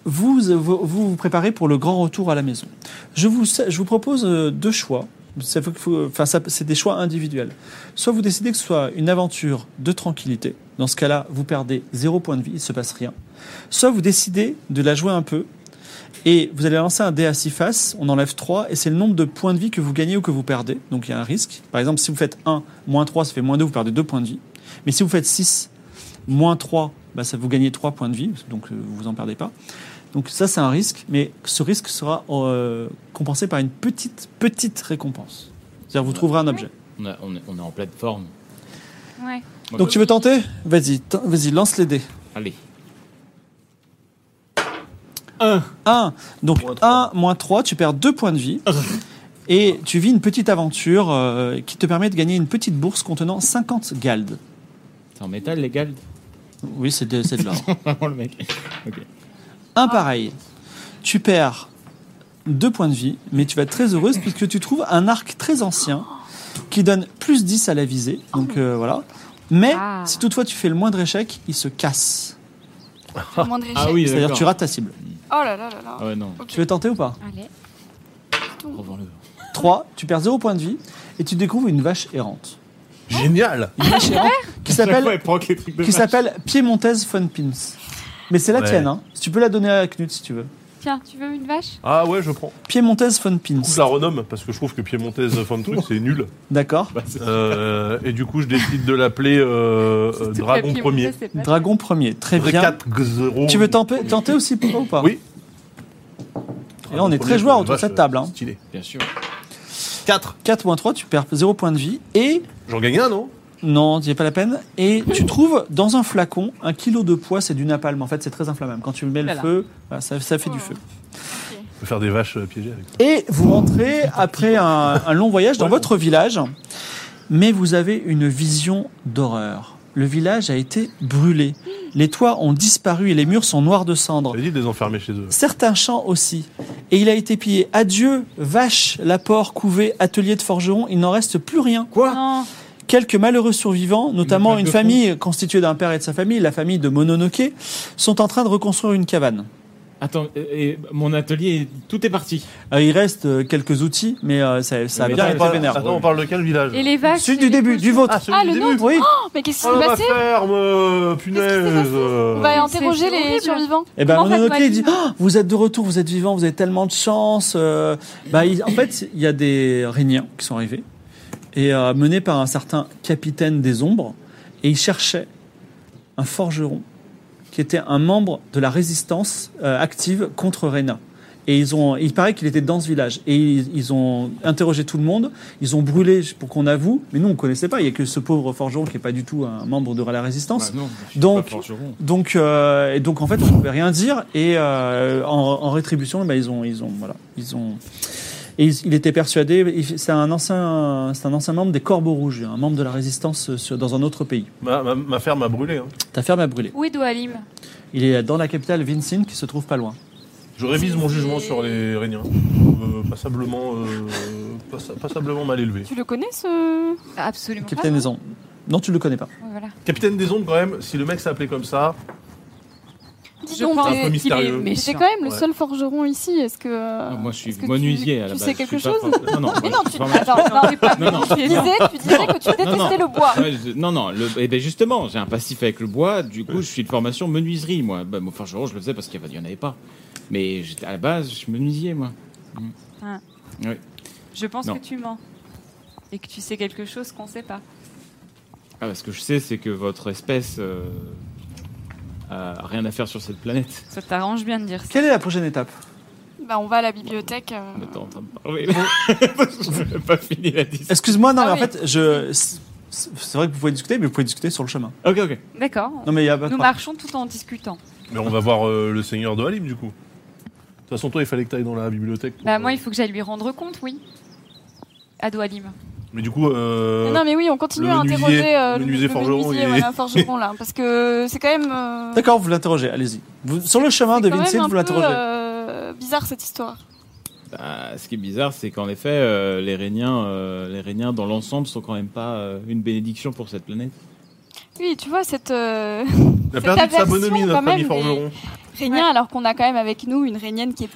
vous euh, vous, vous vous préparez pour le grand retour à la maison. Je vous, je vous propose euh, deux choix. Ça faut que vous- enfin, ça- c'est des choix individuels. Soit vous décidez que ce soit une aventure de tranquillité. Dans ce cas-là, vous perdez zéro point de vie, il ne se passe rien. Soit vous décidez de la jouer un peu et vous allez lancer un dé à six faces, on enlève 3 et c'est le nombre de points de vie que vous gagnez ou que vous perdez. Donc il y a un risque. Par exemple, si vous faites 1, moins 3, ça fait moins 2, vous perdez 2 points de vie. Mais si vous faites 6, moins 3, bah, ça vous gagnez 3 points de vie, donc euh, vous en perdez pas. Donc ça, c'est un risque, mais ce risque sera euh, compensé par une petite, petite récompense. C'est-à-dire vous trouverez un objet. On, a- on est- on est en pleine forme. Ouais. Moi, Donc je- tu veux tenter Vas-y, ten- vas-y, lance les dés. Allez. 1, donc Moins 1 trois. moins 3, tu perds 2 points de vie. Et tu vis une petite aventure euh, qui te permet de gagner une petite bourse contenant 50 galdes. C'est en métal, légal Oui, c'est de, c'est de l'or. Vraiment, le mec. Ok. Un pareil. Tu perds deux points de vie, mais tu vas être très heureuse puisque tu trouves un arc très ancien qui donne plus 10 à la visée. Donc euh, voilà. Mais Ah. si toutefois tu fais le moindre échec, il se casse. le moindre échec. Ah oui, C'est-à-dire d'accord. tu rates ta cible. Oh là là là là. Ah ouais, non. Ok. Tu veux tenter ou pas Allez. Revends-le. 3, tu perds 0 points de vie et tu découvres une vache errante. Génial Une vache errante qui Chaque fois, s'appelle il prend que les trucs de qui vache. s'appelle Piémontaise Fun Pins. Mais c'est la Ouais. tienne, hein. Tu peux la donner à Knut si tu veux. Tiens, tu veux une vache Ah ouais, je prends. Piémontaise Fun Pins. Du coup, je la renomme parce que je trouve que Piémontaise, fin de truc, c'est nul. D'accord. Bah, c'est- Euh, et du coup, je décide de l'appeler euh, euh, Dragon Papillon, Premier. ça, c'est pas- Dragon premier. Très bien. 4 0. Tu veux tenter, tenter aussi pour ou pas Oui. Et là, on est très joueurs autour de cette table. Hein. Stylé. Bien sûr. 4. 4 moins 3, tu perds 0 point de vie. Et, J'en gagne un, non non, t'y es pas la peine. Et tu trouves dans un flacon un kilo de poids, c'est du napalm. En fait, c'est très inflammable. Quand tu mets le Voilà. feu, voilà, ça, ça fait du feu. Je peux faire des vaches euh, piégées avec ça. Et vous rentrez après un, un long voyage dans votre village. Mais vous avez une vision d'horreur. Le village a été brûlé. Les toits ont disparu et les murs sont noirs de cendres. Vas-y, de les enfermer chez eux. certains champs aussi. Et il a été pillé. Adieu, vaches, l'apport, couvée, atelier de forgeron, il n'en reste plus rien. Quoi Non, Quelques malheureux survivants, notamment plaque une de fond. famille constituée d'un père et de sa famille, la famille de Mononoke, sont en train de reconstruire une cabane. Attends, euh, et mon atelier, tout est parti. Euh, il reste euh, quelques outils, mais euh, ça, ça a Mais bien attends, été on parle- vénère. Attends, on parle de quel village et les vaches Celui c'est Euh, du les début, cochons. du vôtre. Ah, celui Ah, du le début. nôtre. Oui, Oh, mais qu'est-ce qui Oh, s'est ma passé ferme euh, Punaise On euh. va C'est- interroger c'est les horrible. survivants. et ben Comment ça se Mononoke voit, il dit l'image Ah, vous êtes de retour, vous êtes vivants, vous avez tellement de chance. Euh, bah, il- en fait, il y a des Régniens qui sont arrivés et euh, menés par un certain capitaine des ombres et ils cherchaient un forgeron qui était un membre de la résistance euh, active contre Reyna. Et ils ont, il paraît qu'il était dans ce village. Et ils, ils ont interrogé tout le monde. Ils ont brûlé pour qu'on avoue. Mais nous, on connaissait pas. Il y a que ce pauvre forgeron qui est pas du tout un membre de la résistance. Bah non, je suis Donc- pas forgeron. Donc, euh, et donc en fait, on ne pouvait rien dire. Et euh, en, en rétribution, eh ben, ils ont, ils ont, voilà, ils ont. Et il, il était persuadé. il- C'est un ancien, c'est un ancien membre des Corbeaux Rouges, un membre de la résistance euh, sur- dans un autre pays. ma, ma- ma ferme a brûlé. hein. Ta ferme a brûlé. Où est Doalim Il est dans la capitale Vincent, qui se trouve pas loin. Je révise mon jugement sur les Réniens. Euh, passablement, euh, passa- passablement mal élevé. Tu le connais ce. Absolument pas. Capitaine des Ombres. Non, tu le connais pas. Ouais, voilà. Capitaine des ondes, quand même, si le mec s'appelait comme ça, Dis Je donc, pense un t'es- peu qu'il est mystérieux. mais c'est méchant. quand même le Ouais. seul forgeron ici. Est-ce que. euh, Ah, moi, je suis est-ce que menuisier tu, à la tu base. sais je quelque suis pas chose for- Non, non, Mais moi, non, je tu... suis pas maçon. Attends, non, Non, non. tu disais, tu disais que tu détestais non. le bois. Ouais, je- non, non, le, eh ben justement, j'ai un passif avec le bois, du coup, je suis de formation menuiserie, moi. Ben, mon forgeron, je le faisais parce qu'il n'y en avait pas. Mais j'étais- à la base, je menuisier, moi. Mm. Ah. Oui. Je pense Non. que tu mens. Et que tu sais quelque chose qu'on sait pas. Ah, ce que je sais, c'est que votre espèce euh, euh, rien à faire sur cette planète. Ça t'arrange bien de dire ça. Quelle est la prochaine étape Bah, on va à la bibliothèque. euh, On était en train de parler. Je n'ai pas fini la discussion. Excuse-moi, non, Ah mais en oui. fait, je. c'est- C'est vrai que vous pouvez discuter, mais vous pouvez discuter sur le chemin. Ok, ok. D'accord. Non, mais il y a pas de Nous problème. marchons tout en discutant. Mais on va voir euh, le seigneur de Halim, du coup. De toute façon, toi, il fallait que tu ailles dans la bibliothèque. pour- Bah, moi, il faut que j'aille lui rendre compte, oui. À Doualim. Mais du coup, euh, Mais Non, mais oui, on continue le à menuisier- interroger euh, le menuisier forgeron, menuisier, il est- voilà, forgeron, là, parce que c'est quand même. euh, D'accord, vous l'interrogez, allez-y. Vous- Sur le chemin de quand même Vincent, un vous peu, l'interrogez. euh, bizarre cette histoire. Bah, ce qui est bizarre, c'est qu'en effet, euh, les Réniens, euh, les Rhéniens, dans l'ensemble, sont quand même pas euh, une bénédiction pour cette planète. Oui, tu vois, cette euh, il a c'est perdu ta de sa bonhomie, version, notre quand ami même, forgeron. Rhénien, alors qu'on a quand même avec nous une Rhénienne qui est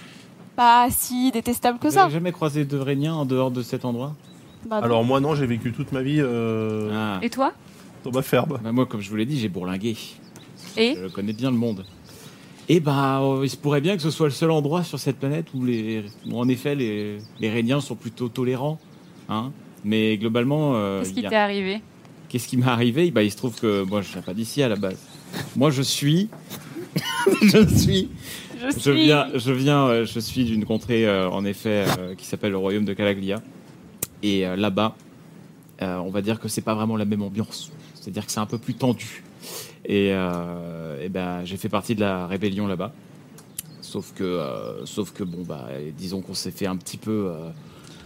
pas si détestable que Vous ça. n'avez jamais croisé de Réniens en dehors de cet endroit Bah, non. Alors, moi, non, j'ai vécu toute ma vie euh, Ah. Et toi dans ma ferme. Bah, moi, comme je vous l'ai dit, j'ai bourlingué. Et Je connais bien le monde. Et bah, euh, il se pourrait bien que ce soit le seul endroit sur cette planète où, les, où en effet, les, les Rhéniens sont plutôt tolérants. Hein Mais globalement, euh, Qu'est-ce il qui y a- t'est arrivé Qu'est-ce qui m'est arrivé bah, Il se trouve que moi, je viens pas d'ici à la base. Moi, je suis. je suis. je Je suis. viens, je, viens, euh, je suis d'une contrée, euh, en effet, euh, qui s'appelle le royaume de Calaglia. Et euh, là-bas, euh, on va dire que c'est pas vraiment la même ambiance. C'est-à-dire que c'est un peu plus tendu. Et, euh, eh ben, j'ai fait partie de la rébellion là-bas. Sauf que, euh, sauf que bon, bah, disons qu'on s'est fait un petit peu. euh,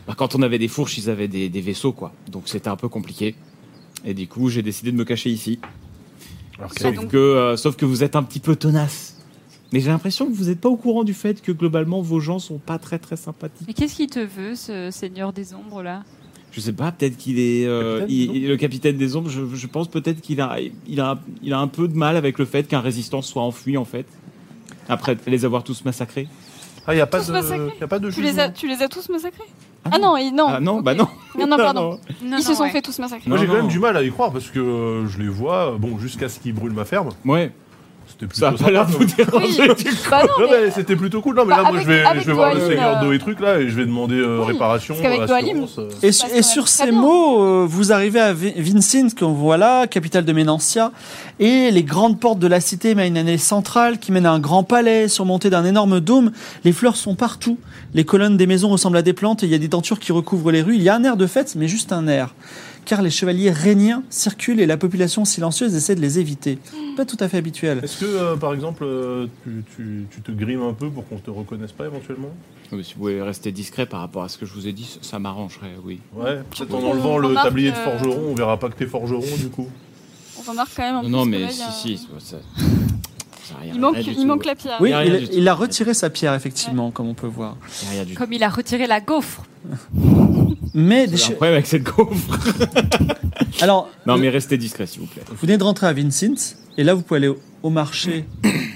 bah, quand on avait des fourches, ils avaient des, des vaisseaux, quoi. Donc c'était un peu compliqué. Et du coup, j'ai décidé de me cacher ici. Alors, Sauf quel- que, euh, sauf que vous êtes un petit peu tenace. Mais j'ai l'impression que vous n'êtes pas au courant du fait que globalement vos gens sont pas très très sympathiques. Mais qu'est-ce qu'il te veut, ce seigneur des ombres, là Je sais pas, peut-être qu'il est euh, Capitaine des il- ombres il est le capitaine des ombres. Je, je pense peut-être qu'il a il a il a un peu de mal avec le fait qu'un résistant soit enfui en fait après les avoir tous massacrés. Ah, il n'y a pas Tous massacrés. de, y a pas de Tu les, jugement. as, tu les as tous massacrés Ah Ah non, ils- non. Ah non, ok. bah non. Non, non, pardon. Non, Ils se non, sont ouais. fait tous massacrer. Moi, j'ai Non, quand même non. du mal à y croire parce que euh, je les vois, euh, bon, jusqu'à ce qu'ils brûlent ma ferme. Ouais, C'était plutôt ça a pas l'air de sympa, vous déranger. du coup. Bah non, Non, mais mais c'était plutôt cool. Non, mais Bah, là, moi, avec- je vais, avec je vais voir le Doalim, seigneur euh, d'eau et truc, là, et je vais demander euh, Oui, réparation, parce qu'avec Doalim- assurance. euh. Et, Ça su- se et passe sur très ces bien. mots, euh, vous arrivez à Vi- Vincent, qu'on voit là, capitale de Ménantia, et les grandes portes de la cité mènent à une allée centrale qui mène à un grand palais surmonté d'un énorme dôme. Les fleurs sont partout, les colonnes des maisons ressemblent à des plantes, et il y a des tentures qui recouvrent les rues. Il y a un air de fête, mais juste un air, car les chevaliers rhéniens circulent et la population silencieuse essaie de les éviter. Pas tout à fait habituel. Est-ce que, euh, par exemple, euh, tu, tu- tu te grimes un peu pour qu'on te reconnaisse pas éventuellement Mais si vous voulez rester discret par rapport à ce que je vous ai dit, ça- ça m'arrangerait, oui. Ouais, peut-être pense en qu'on enlevant le remarque, tablier de euh, forgeron, on verra pas que t'es forgeron, du coup. on remarque quand même Non, un peu non, ce mais soleil, si si, euh, ça- ça- ça a rien- Il manque, rien du il tout. manque la pierre. Oui, y a rien il, du tout. il a retiré sa pierre, effectivement, comme on peut voir. Y a rien du tout. Comme il a retiré la gaufre. Mais des J'ai un che- problème avec cette gaufre. Alors, Non, mais restez discret, s'il vous plaît. Vous venez de rentrer à Vincent, et là vous pouvez aller au- au marché,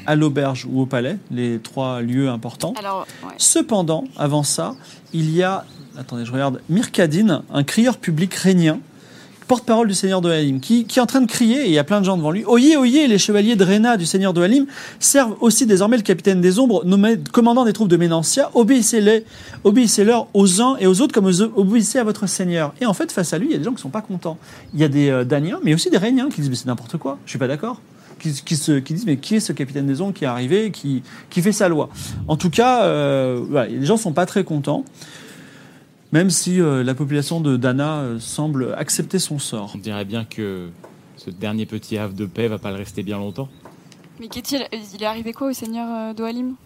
à l'auberge ou au palais, les trois lieux importants. Alors, ouais. Cependant, avant ça, il y a, attendez, je regarde, Mirkadine, un crieur public rhénien, porte-parole du seigneur de Halim, qui, qui est en train de crier, et il y a plein de gens devant lui, Oyez, oyez, les chevaliers de Rhéna du seigneur de Halim servent aussi désormais le capitaine des ombres, nommé commandant des troupes de Ménantia, obéissez-les, obéissez-leur aux uns et aux autres comme aux, obéissez à votre seigneur. Et en fait, face à lui, il y a des gens qui sont pas contents. Il y a des euh, Daniens, mais aussi des Rhéniens qui disent, mais c'est n'importe quoi, je suis pas d'accord. Qui, qui se, qui disent, mais qui est ce capitaine des ombres qui est arrivé, qui, qui fait sa loi en tout cas, euh, voilà, les gens sont pas très contents, même si euh, la population de Dana euh, semble accepter son sort. On dirait bien que ce dernier petit havre de paix va pas le rester bien longtemps. Mais qu'est-il Il est arrivé quoi au seigneur euh, d'Oalim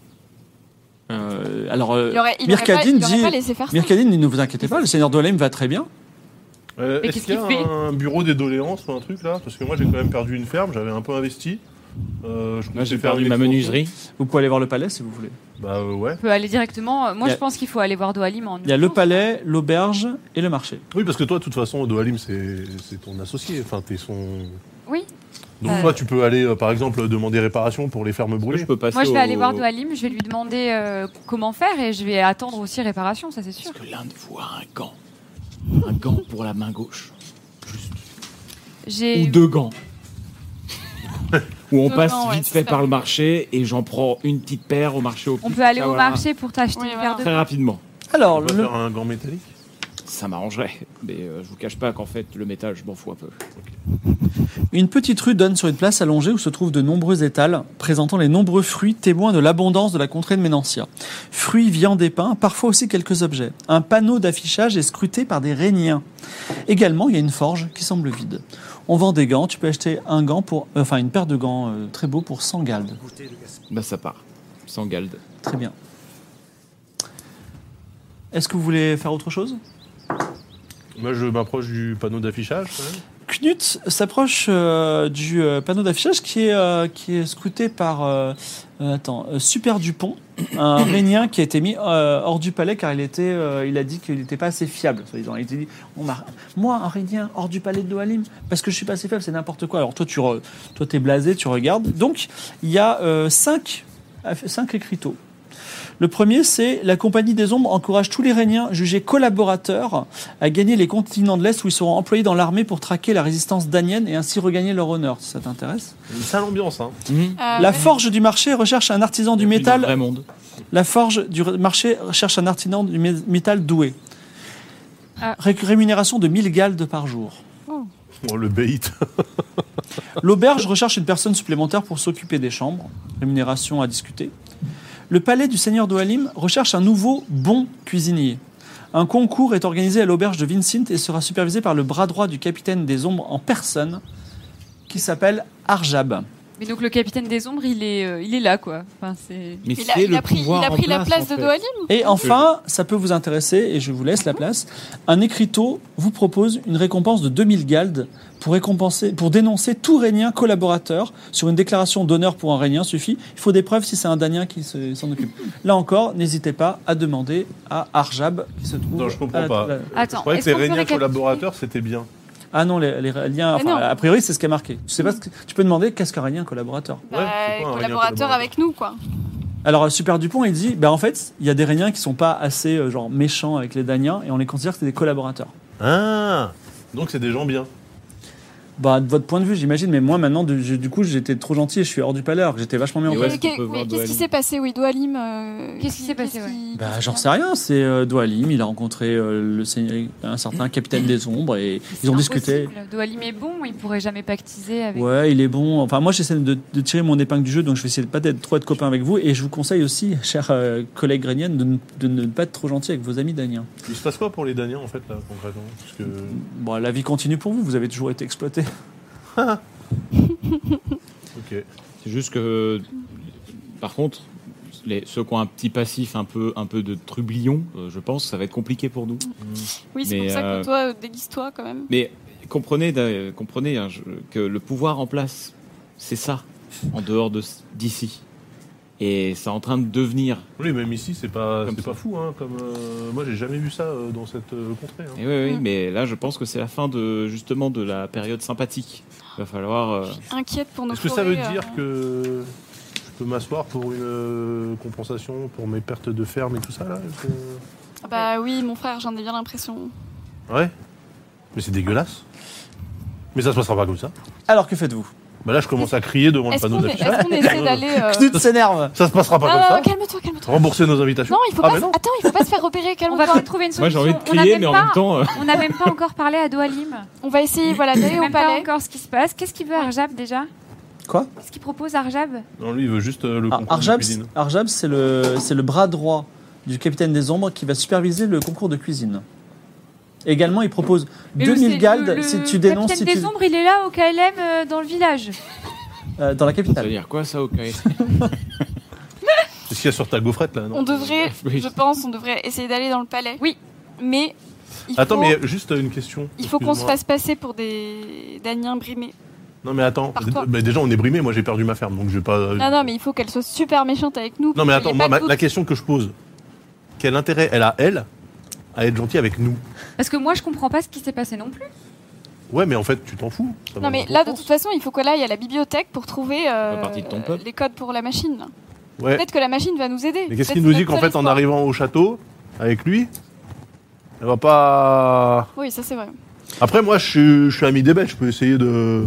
Euh, alors, euh, Il aurait, il aurait pas, Mirkadine il aurait dit, pas laissé faire ça. Mirkadine, dit, ne vous inquiétez pas, le seigneur d'Olem va très bien. Euh, Mais Est-ce qu'est-ce qu'il y a qu'il fait un bureau des doléances ou un truc là Parce que moi j'ai quand même perdu une ferme, j'avais un peu investi. Euh, je Moi, comptais j'ai faire perdu une ma expansion. menuiserie. Vous pouvez aller voir le palais si vous voulez. Bah euh, ouais. On peut aller directement. euh, Moi, Il y a- je pense qu'il faut aller voir Doalim en. Il y a le palais, l'auberge et le marché. Oui, parce que toi, de toute façon, Doalim, c'est c'est ton associé. Enfin, t'es son. Oui. Donc, Euh. toi, tu peux aller, euh, par exemple, demander réparation pour les fermes Moi, je brûlées. peux passer Moi, je vais au- aller voir Doalim. Je vais lui demander euh, comment faire et je vais attendre aussi réparation, ça c'est sûr. Est-ce que l'un de vous a un gant Un gant pour la main gauche Juste. Ou J'ai. deux gants Où on Deux passe gants, ouais, vite ça fait serait par le mieux. marché et j'en prends une petite paire au marché au On pic, peut aller ça, au Ah, voilà. marché pour t'acheter Oui, une voilà. paire de. Très rapidement. Alors, On va le, faire un gant métallique. ça m'arrangerait. Mais euh, je vous cache pas qu'en fait, le métal, je m'en fous un peu. Une petite rue donne sur une place allongée où se trouvent de nombreux étals présentant les nombreux fruits témoins de l'abondance de la contrée de Ménancia. Fruits, viandes et pains, parfois aussi quelques objets. Un panneau d'affichage est scruté par des réniens. Également, il y a une forge qui semble vide. On vend des gants, tu peux acheter un gant pour, euh, enfin une paire de gants euh, très beaux pour 100 galdes. Bah, ça part. Sans galde. Très bien. Est-ce que vous voulez faire autre chose Moi, je m'approche du panneau d'affichage. quand même. Knut s'approche euh, du euh, panneau d'affichage qui, est, euh, qui est scruté par euh, euh, attends, euh, Super Dupont, un rénien qui a été mis euh, hors du palais car il, était, euh, il a dit qu'il n'était pas assez fiable. soi-disant. Il était dit On m'a- Moi, un rénien hors du palais de Dohalim, parce que je suis pas assez fiable, c'est n'importe quoi. Alors toi, tu re- toi, es blasé, tu regardes. Donc, il y a euh, cinq, aff- cinq écriteaux. Le premier, c'est La Compagnie des Ombres encourage tous les Réniens jugés collaborateurs à gagner les continents de l'Est où ils seront employés dans l'armée pour traquer la résistance danienne et ainsi regagner leur honneur. Ça t'intéresse Une sale ambiance, hein. Euh, La ouais. forge du marché recherche un artisan du Puis dans le métal. vrai monde. La forge du re- marché recherche un artisan du mé- métal doué. Ah. Ré- rémunération de 1000 galdes par jour. Oh, le bait. L'auberge recherche une personne supplémentaire pour s'occuper des chambres. Rémunération à discuter. Le palais du seigneur d'Oalim recherche un nouveau bon cuisinier. Un concours est organisé à l'auberge de Vincent et sera supervisé par le bras droit du capitaine des ombres en personne, qui s'appelle Arjab. Mais donc le capitaine des ombres, il est, euh, il est là, quoi. Enfin, c'est... Mais Il a, c'est il le a pris, il pouvoir a en pris la place en fait. de Doalim Et enfin, ça peut vous intéresser, et je vous laisse la place, un écriteau vous propose une récompense de 2000 galdes pour, récompenser, pour dénoncer tout rénien collaborateur. Sur une déclaration d'honneur pour un rénien suffit. Il faut des preuves si c'est un danien qui se- s'en occupe. Là encore, n'hésitez pas à demander à Arjab qui se trouve. Non, je comprends à la- pas. la- Je Attends, croyais que est-ce les qu'on peut réunions récapituler collaborateurs, c'était bien. Ah non, les, les réniens. Mais Enfin, non. a priori, c'est ce qui est marqué. Tu, sais pas ce que- tu peux demander qu'est-ce qu'un rénien collaborateur bah, Ouais, c'est quoi un réunion collaborateur avec nous, quoi. Alors euh, Super Dupont, il dit, bah en fait, il y a des Réniens qui sont pas assez euh, genre méchants avec les Daniens et on les considère que c'est des collaborateurs. Ah Donc c'est des gens bien. Bah de votre point de vue, j'imagine, mais moi maintenant, du, j'ai- du coup, j'étais trop gentil, et je suis hors du palais, alors que j'étais vachement bien. en Et place. ouais, est-ce qu'on Mais qu'est- peut mais voir qu'est-ce qui Doalim s'est passé, oui, Doalim euh, Qu'est-ce qui s'est passé, ouais. qui- Bah qu'est-ce j'en qui- sais rien, c'est euh, Doalim, il a rencontré euh, le seigneur- un certain capitaine des ombres et ils ont discuté. Doalim est bon, il pourrait jamais pactiser avec. Ouais, il est bon. Enfin, moi, j'essaie de, de tirer mon épingle du jeu, donc je vais essayer de pas d'être trop être copain avec vous. Et je vous conseille aussi, chers euh, collègues Réniens, de, ne- de ne pas être trop gentil avec vos amis Daniens. Il se passe quoi pour les Daniens, en fait, là, concrètement Parce que... Mm. Bon, la vie continue pour vous, vous avez toujours été exploité. Ok. C'est juste que, par contre, les, ceux qui ont un petit passif un peu, un peu de trublion, euh, je pense, ça va être compliqué pour nous. Oui, c'est Mais, pour ça euh, que toi, euh, déguise-toi quand même. Mais comprenez, euh, comprenez hein, je- que le pouvoir en place, c'est ça, en dehors de d'ici. Et c'est en train de devenir. Oui, même ici, c'est pas, Comme c'est ça. pas fou, hein. Comme, euh, moi, j'ai jamais vu ça euh, dans cette euh, contrée. hein. Et oui, oui, Mm. mais là, je pense que c'est la fin de justement de la période sympathique. Il va falloir. euh, Inquiète pour nos Est-ce que ça veut forêts, dire euh, que je peux m'asseoir pour une euh, compensation pour mes pertes de ferme et tout ça, là Est-ce que- Bah oui, mon frère, j'en ai bien l'impression. Ouais. Mais c'est dégueulasse. Mais ça se passera pas comme ça. Alors, que faites-vous Bah là, je commence à crier devant le Est-ce panneau qu'on est- d'affichage. est-ce qu'on essaie d'aller. euh, Knut s'énerve Ça se passera Non, pas non, non, comme ça. calme-toi, calme-toi. Rembourser nos invitations. Non, il faut Ah, pas. mais non. Attends, il faut pas se faire repérer, On va calme-toi. trouver une solution. Moi, j'ai envie de On n'a crier, même mais en pas- même temps, euh, On n'a même pas encore parlé à Doalim. On va essayer, voilà, d'aller au même pas palais. encore ce qui se passe. Qu'est-ce qu'il veut Arjab déjà Quoi Qu'est-ce qu'il propose Arjab Non, lui, il veut juste euh, le Ah, concours de Arjab, cuisine. Arjab, c'est le, c'est le bras droit du capitaine des ombres qui va superviser le concours de cuisine. Également, il propose Mais le- 2000 c'est- galdes le- le si tu dénonces si capitaine tu- des ombres, il est là au KLM euh, dans le village. euh, dans la ça veut capitale. dire quoi ça, ok C'est ce qu'il y a sur ta gaufrette, là, non On devrait, Oui. je pense, on devrait essayer d'aller dans le palais. Oui. Mais il Attends, faut, mais juste euh, une question. il faut qu'on se Excuse-moi. fasse passer pour des Daniens brimés. Non, mais attends. Par toi. Ah, Mais déjà, on est brimé. Moi, j'ai perdu ma ferme, donc je vais pas. euh, Non, non, mais il faut qu'elle soit super méchante avec nous. Non, mais parce qu'il y attends, a moi, pas ma- de doute. la question que je pose, quel intérêt elle a, elle, à être gentille avec nous Parce que moi, je comprends pas ce qui s'est passé non plus. Ouais, mais en fait, tu t'en fous. Ça va Non, mais dans ton là, de sens. toute façon, il faut qu'elle aille à la bibliothèque pour trouver euh, Pas partie de ton peuple. les codes pour la machine. là. Ouais. Peut-être que la machine va nous aider. Mais qu'est-ce Peut-être qu'il nous c'est dit notre qu'en seul fait, en espoir. arrivant au château, avec lui, elle va pas. Oui, ça c'est vrai. Après, moi, je suis, je suis ami des bêtes, je peux essayer de.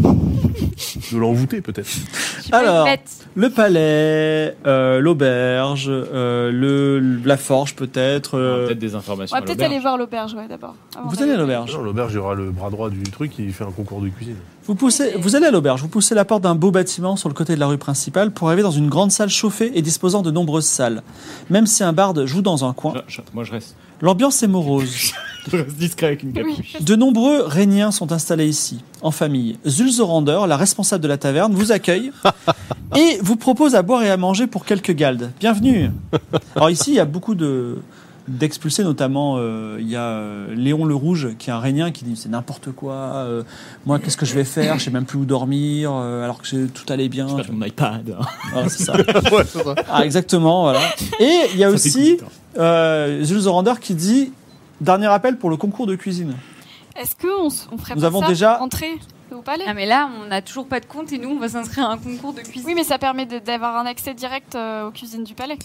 de l'envoûter peut-être. Je suis pas Alors. une bête. Le palais, euh, l'auberge, euh, le, la forge peut-être. On a euh, Ah, Peut-être des informations. On va à peut-être l'auberge. aller voir l'auberge, ouais, d'abord. avant vous d'aller- allez à l'auberge. Non, l'auberge, il y aura le bras droit du truc qui fait un concours de cuisine. Vous, poussez, vous allez à l'auberge, vous poussez la porte d'un beau bâtiment sur le côté de la rue principale pour arriver dans une grande salle chauffée et disposant de nombreuses salles. Même si un barde joue dans un coin, Je- je- moi, je reste, l'ambiance est morose. je reste discret avec une capuche. De nombreux Rhéniens sont installés ici, en famille. Zulzorander, la responsable de la taverne, vous accueille et vous propose à boire et à manger pour quelques galdes. Bienvenue Alors ici, il y a beaucoup de d'expulsés, notamment euh, il y a euh, Léon le Rouge, qui est un Rhénien, qui dit c'est n'importe quoi, euh, moi qu'est-ce que je vais faire, je sais même plus où dormir, euh, alors que j'ai- tout allait bien. Je passe mon iPad. hein. Voilà, c'est ça. Ah, exactement, voilà. Et il y a Ça fait aussi coup de temps. euh, Jules Zorander qui dit dernier appel pour le concours de cuisine. Est-ce qu'on s- on ferait Nous pas avons ça déjà- entrer au palais Ah, mais là, on n'a toujours pas de compte et nous, on va s'inscrire à un concours de cuisine. Oui, mais ça permet de- d'avoir un accès direct euh, aux cuisines du palais.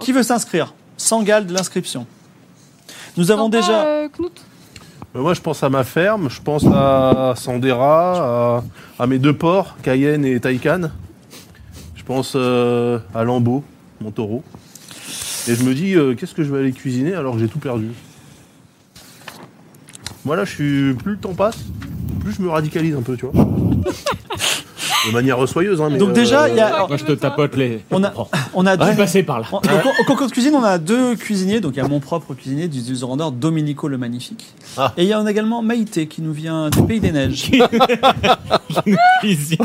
Qui veut s'inscrire 100 galles de l'inscription. Nous avons Non, pas, déjà. euh, Knut. Mais moi, je pense à ma ferme, je pense à Sandera, à, à mes deux porcs, Cayenne et Taycan. Je pense euh, à Lambeau, mon taureau. Et je me dis, euh, qu'est-ce que je vais aller cuisiner alors que j'ai tout perdu Moi, là, je suis. Plus le temps passe, plus je me radicalise un peu, tu vois. De manière soyeuse, hein. mais, Donc déjà, il y a- Euh, alors- Moi, je te tapote les. On a- Bon, On a Je suis deux- passé par là. on- au, con- au concours de cuisine, on a deux cuisiniers. Donc il y a mon propre cuisinier du Zeus Rendeur, Domenico le Magnifique. Ah. Et il y en a également Maïté qui nous vient du Pays des Neiges. Cuisine.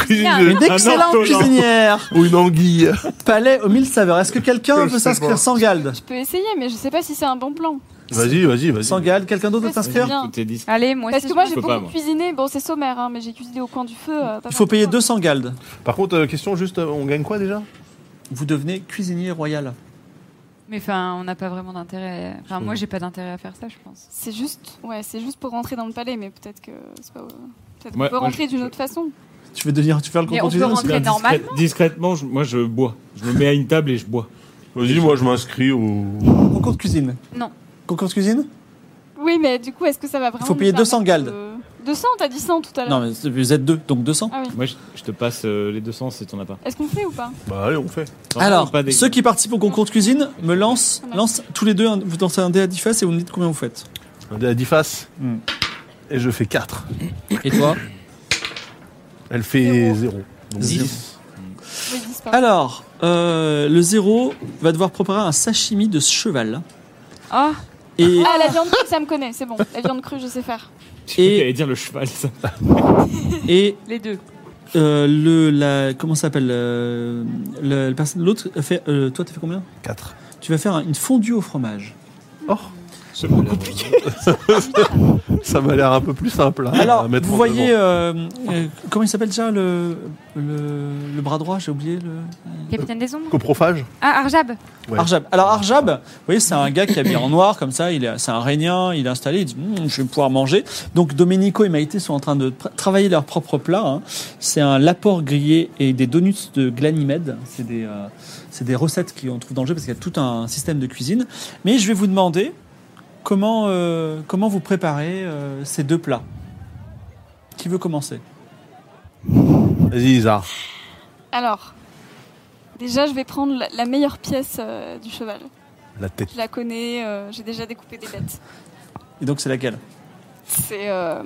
cuisine Une excellente ortolan. cuisinière Ou une anguille. Palais aux mille saveurs. Est-ce que quelqu'un Je veut sais s'inscrire pas. 100 galles Je peux essayer, mais je sais pas si c'est un bon plan. Vas-y, vas-y, vas-y. 100 galles, quelqu'un d'autre veut Ouais, c'est s'inscrire bien. Tout est dit. Allez, moi Parce aussi, que moi, je- j'ai peux beaucoup pas, moi. cuisiné. Bon, c'est sommaire, hein, mais j'ai cuisiné au coin du feu. euh, pas Il faut mal de payer fois. 200 galles. Par contre, euh, question juste, euh, on gagne quoi déjà Vous devenez cuisinier royal. Mais enfin, on n'a pas vraiment d'intérêt. à- Enfin, moi, j'ai pas d'intérêt à faire ça, je pense. C'est juste, ouais, c'est juste pour rentrer dans le palais, mais peut-être que c'est pas. euh, Peut-être Ouais, qu'on peut moi, rentrer je- d'une je- autre façon. Tu veux devenir, tu veux faire le Mais concours on de peut cuisine aussi rentrer Discrète- normalement. discrètement, je- moi, je bois. Je me mets à une table et je bois. Vas-y, moi, je m'inscris au. Concours de cuisine Non. Concours de cuisine Oui, mais du coup, est-ce que ça va vraiment. faut nous payer 200 permettre galdes. de- 200, t'as dit 100 tout à Non, l'heure. mais vous êtes deux, donc 200. Ah oui. Moi, je, je te passe euh, les 200, c'est ton appart. Est-ce qu'on fait ou pas Bah, allez, on fait. Non, Alors, pas des- ceux qui participent au concours de cuisine me lancent, Voilà. lancent tous les deux, un- vous lancez un dé à 10 faces et vous me dites combien vous faites. Un dé à 10 faces. Hmm. Mm. Et je fais 4. Et toi Elle fait 0. Donc Zéro. 10. Oui, dis pas. Alors, euh, le zéro va devoir préparer un sashimi de cheval. Ah, Et, Ah, la viande crue, ça me connaît, c'est bon. La viande crue, je sais faire. Je croyais et- que t'allais dire le cheval, ça. et les deux. euh, le, la, comment ça s'appelle euh, le- le pers- L'autre fait, euh, toi t'as fait combien 4. Tu vas faire un- une fondue au fromage. Oh C'est pas compliqué. Ça m'a l'air un peu plus simple. hein, Alors, à mettre vous en voyez, avant. euh, euh, comment il s'appelle déjà le, le, le bras droit J'ai oublié le. Capitaine des ombres. Coprophage Ah, Arjab. Ouais. Arjab. Alors Arjab, vous voyez, c'est un gars qui est habillé en noir comme ça. Il est, c'est un Rhénien. Il est installé. Il dit, Hum, je vais pouvoir manger. Donc Domenico et Maïté sont en train de tra- travailler leur propre plat. hein. C'est un lapor grillé et des donuts de Glanimed. C'est des, euh, c'est des recettes qu'on trouve dans le jeu parce qu'il y a tout un système de cuisine. Mais je vais vous demander comment, euh, comment vous préparez euh, ces deux plats. Qui veut commencer Vas-y, Isar. Alors, déjà, je vais prendre la- la meilleure pièce euh, du cheval. La tête. Je la connais, euh, j'ai déjà découpé des bêtes. Et donc c'est laquelle C'est euh,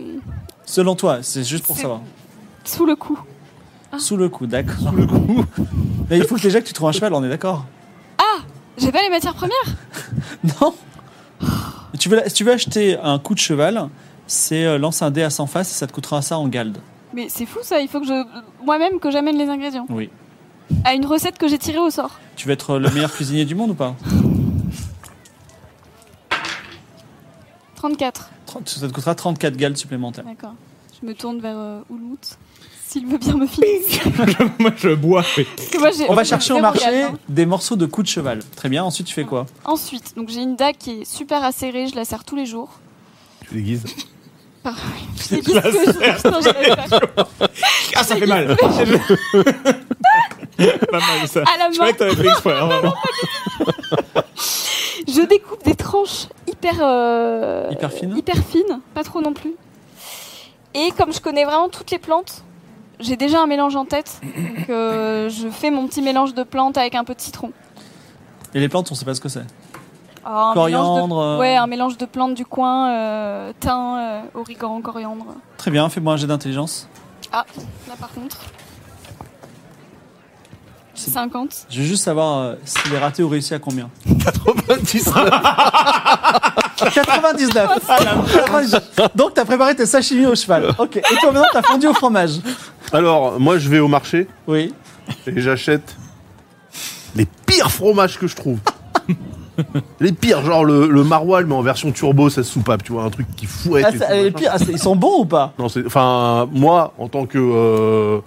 Selon toi, c'est juste pour C'est- savoir. sous le cou. Sous le coup, d'accord. Sous le coup. Mais il faut que déjà que tu trouves un cheval, on est d'accord J'ai pas les matières premières Non tu veux, Si tu veux acheter un coup de cheval, c'est euh, lance un dé à 100 faces et ça te coûtera ça en galde. Mais c'est fou ça, il faut que je moi-même que j'amène les ingrédients Oui. à une recette que j'ai tirée au sort. Tu veux être euh, le meilleur cuisinier du monde ou pas 34. 30 Ça te coûtera 34 galdes supplémentaires. D'accord. Je me tourne vers euh, Oulout, s'il veut bien me filer. Moi, je bois. mais- On va chercher au marché hein. des morceaux de coup de cheval. Très bien, ensuite tu fais quoi Ensuite, donc j'ai une dague qui est super acérée, je la serre tous les jours. Tu déguises. Par- Je sais qu'est-ce que je- putain, j'allais le faire. Ah, ça fait mal. pas mal, ça. À la Je main, croyais que t'avais fait exprès, hein, vraiment. je découpe des tranches hyper euh, Hyper fines hyper fines, pas trop non plus. Et comme je connais vraiment toutes les plantes, j'ai déjà un mélange en tête. Donc euh, je fais mon petit mélange de plantes avec un peu de citron. Et les plantes, on ne sait pas ce que c'est. Ah, un mélange Coriandre. de... euh, Ouais, un mélange de plantes du coin, euh, thym, euh, origan, coriandre. Très bien, fais-moi un jet d'intelligence. Ah, là par contre. C'est- 50. Je veux juste savoir euh, s'il est raté ou réussi à combien. 99 99 Donc t'as préparé tes sashimi au cheval. Ok. Et toi maintenant t'as fondu au fromage. Alors, moi, je vais au marché Oui. et j'achète les pires fromages que je trouve. les pires, genre le, le maroilles, mais en version turbo, ça se soupape, tu vois, un truc qui fouette. Ah, c'est- et tout, ah, les machin. pires, ah, c'est- ils sont bons ou pas Non, c'est. Enfin, moi, en tant que. euh,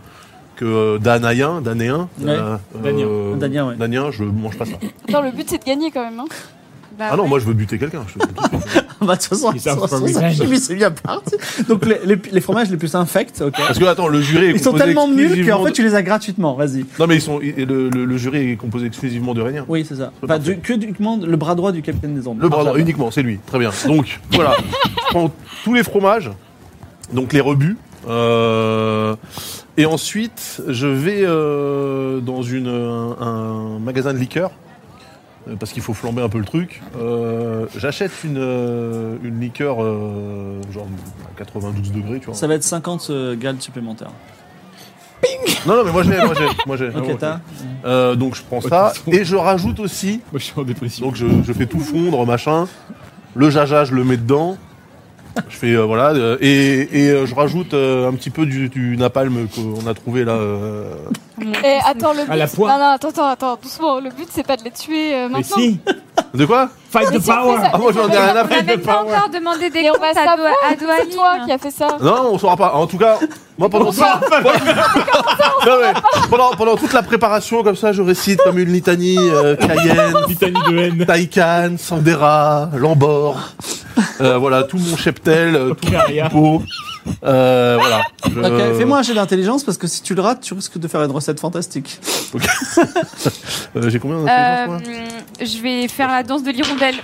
que danaïen, danéen, euh, Ouais. Danien. Danien, ouais. je mange pas ça. Attends, le but c'est de gagner quand même. hein. Bah Ah non, ouais. moi je veux buter quelqu'un. je te le dis tout de suite. Bah, de toute façon, Ils sont sur- sur from sashimi, c'est bien parti. Donc les, les- les fromages les plus infects, ok. Parce que attends, le jury est Ils sont composé tellement nuls qu'en exclusivement fait de- tu les as gratuitement. Vas-y. Non mais ils sont et le, le- le jury est composé exclusivement de Réniens. Oui, c'est ça. C'est Bah, parfait. du- que du commande le bras droit du capitaine des ondes. Le bras droit, Implacable. uniquement, c'est lui. Très bien. Donc voilà, je prends tous les fromages, donc les rebuts. euh, et ensuite, je vais euh, dans une, un, un magasin de liqueurs, euh, parce qu'il faut flamber un peu le truc. Euh, J'achète une, euh, une liqueur euh, genre à 92 degrés, tu vois. Ça va être 50 euh, gals supplémentaires. Non, non, mais moi j'ai, moi j'ai, moi j'ai. Ok, Ah bon, t'as Euh, donc je prends de ça, toute façon. et je rajoute aussi Moi, je suis en dépression. Donc je, je fais tout fondre, machin. Le jaja, je le mets dedans. Je fais euh, voilà euh, et, et, euh, je rajoute euh, un petit peu du, du napalm qu'on a trouvé là. euh. Et Eh, attends, le but. À la non, poire. non, attends, attends, attends, doucement. Le but c'est pas de les tuer euh, mais maintenant. si De quoi Fight Mais the si on fait power ça- Ah moi j'en ai rien à On n'a faire. même pas encore demandé des Et on comptes va à Do- savoir, à hein. c'est toi Doaline. qui a fait ça. Non, on saura pas. En tout cas, moi pendant, Non, mais pendant, pendant toute la préparation comme ça, je récite comme une litanie euh, Cayenne, Litanie de haine. Taycan, Sandera, Lambord. Euh, voilà tout mon cheptel, euh, tout mon Carrière. pot. Euh, voilà. Je- Ok, fais-moi un jet d'intelligence parce que si tu le rates, tu risques de faire une recette fantastique. Euh, J'ai combien d'intelligence, moi Euh, je vais faire la danse de l'hirondelle.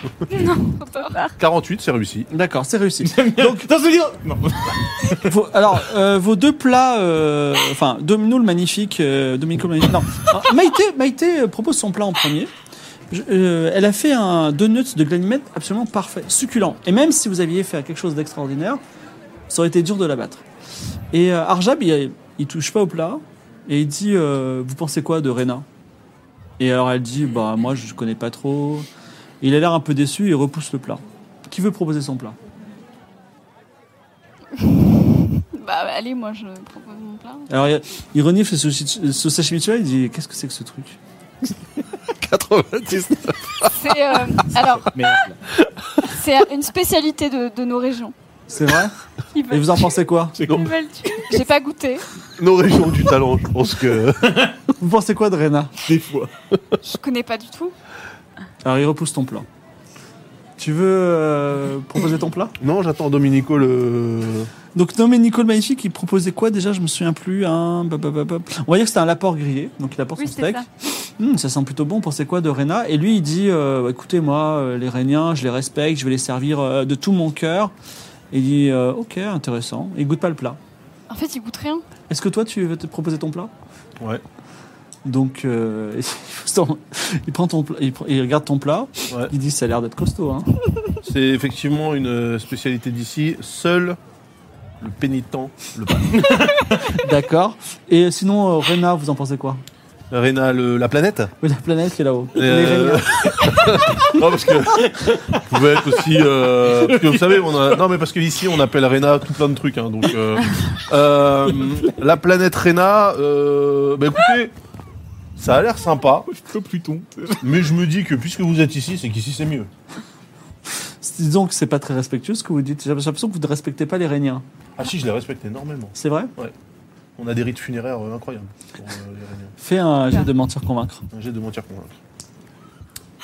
non, faut pas voir. 48, c'est réussi. D'accord, c'est réussi. Donc, dans ce livre. Non. Vos- alors, euh, vos deux plats, euh, enfin, Domino le magnifique, euh, Dominico le magnifique. Non, Ah, Maïté, Maïté euh, propose son plat en premier. Je- euh, elle a fait un donut de Glenmet absolument parfait, succulent. Et même si vous aviez fait quelque chose d'extraordinaire, ça aurait été dur de l'abattre. Et euh, Arjab, il, il touche pas au plat et il dit euh, Vous pensez quoi de Rena Et alors elle dit Bah, moi je connais pas trop. Et il a l'air un peu déçu et il repousse le plat. Qui veut proposer son plat Bah allez, moi je propose mon plat. Alors, il- il renifle ce, ce sashimi de cheval, il dit Qu'est-ce que c'est que ce truc 90. C'est euh, alors, Merde. c'est une spécialité de, de nos régions. C'est vrai Ils Et veulent, vous en pensez quoi ils veulent tuer. J'ai pas goûté. Nos régions du talent, je pense que. Vous pensez quoi de Rena Des fois. Je connais pas du tout. Alors, il repousse ton plat. Tu veux euh, proposer ton plat Non, j'attends Dominico le. Donc, nommé Nicole Magnifique, il proposait quoi déjà Je me souviens plus. hein, Un... ba, ba, ba, ba. On va dire que c'était un laport grillé, donc il apporte Oui, son c'est steak. ça. Hum, ça sent plutôt bon, pensez quoi de Rena Et lui, il dit euh, Écoutez, moi, euh, les Réniens, je les respecte, je vais les servir euh, de tout mon cœur. Il dit euh, Ok, intéressant. Il goûte pas le plat. En fait, il goûte rien. Est-ce que toi, tu veux te proposer ton plat Ouais. Donc, euh, il faut s'en- il, prend ton pla- il, pr- il regarde ton plat, Ouais. il dit ça a l'air d'être costaud. Hein. C'est effectivement une euh, spécialité d'ici. Seul le pénitent le passe. D'accord. Et sinon, euh, Rena, vous en pensez quoi Réna, le- la planète Oui, la planète qui est là-haut. Les Euh, Réunions. Non, parce que. Vous pouvez être aussi. euh, parce que vous savez, on a. Non, mais parce qu'ici, on appelle Réna tout plein de trucs. hein, donc. euh, euh, la planète Réna. Euh, bah écoutez, ça a l'air sympa. Je peux Pluton. Mais je me dis que puisque vous êtes ici, c'est qu'ici, c'est mieux. Disons que c'est pas très respectueux ce que vous dites. J'ai l'impression que vous ne respectez pas les Réuniens. Ah, si, je les respecte énormément. C'est vrai On a des rites funéraires euh, incroyables pour euh, les Réunions. Fais un jeu de mentir convaincre. Un jet de mentir convaincre.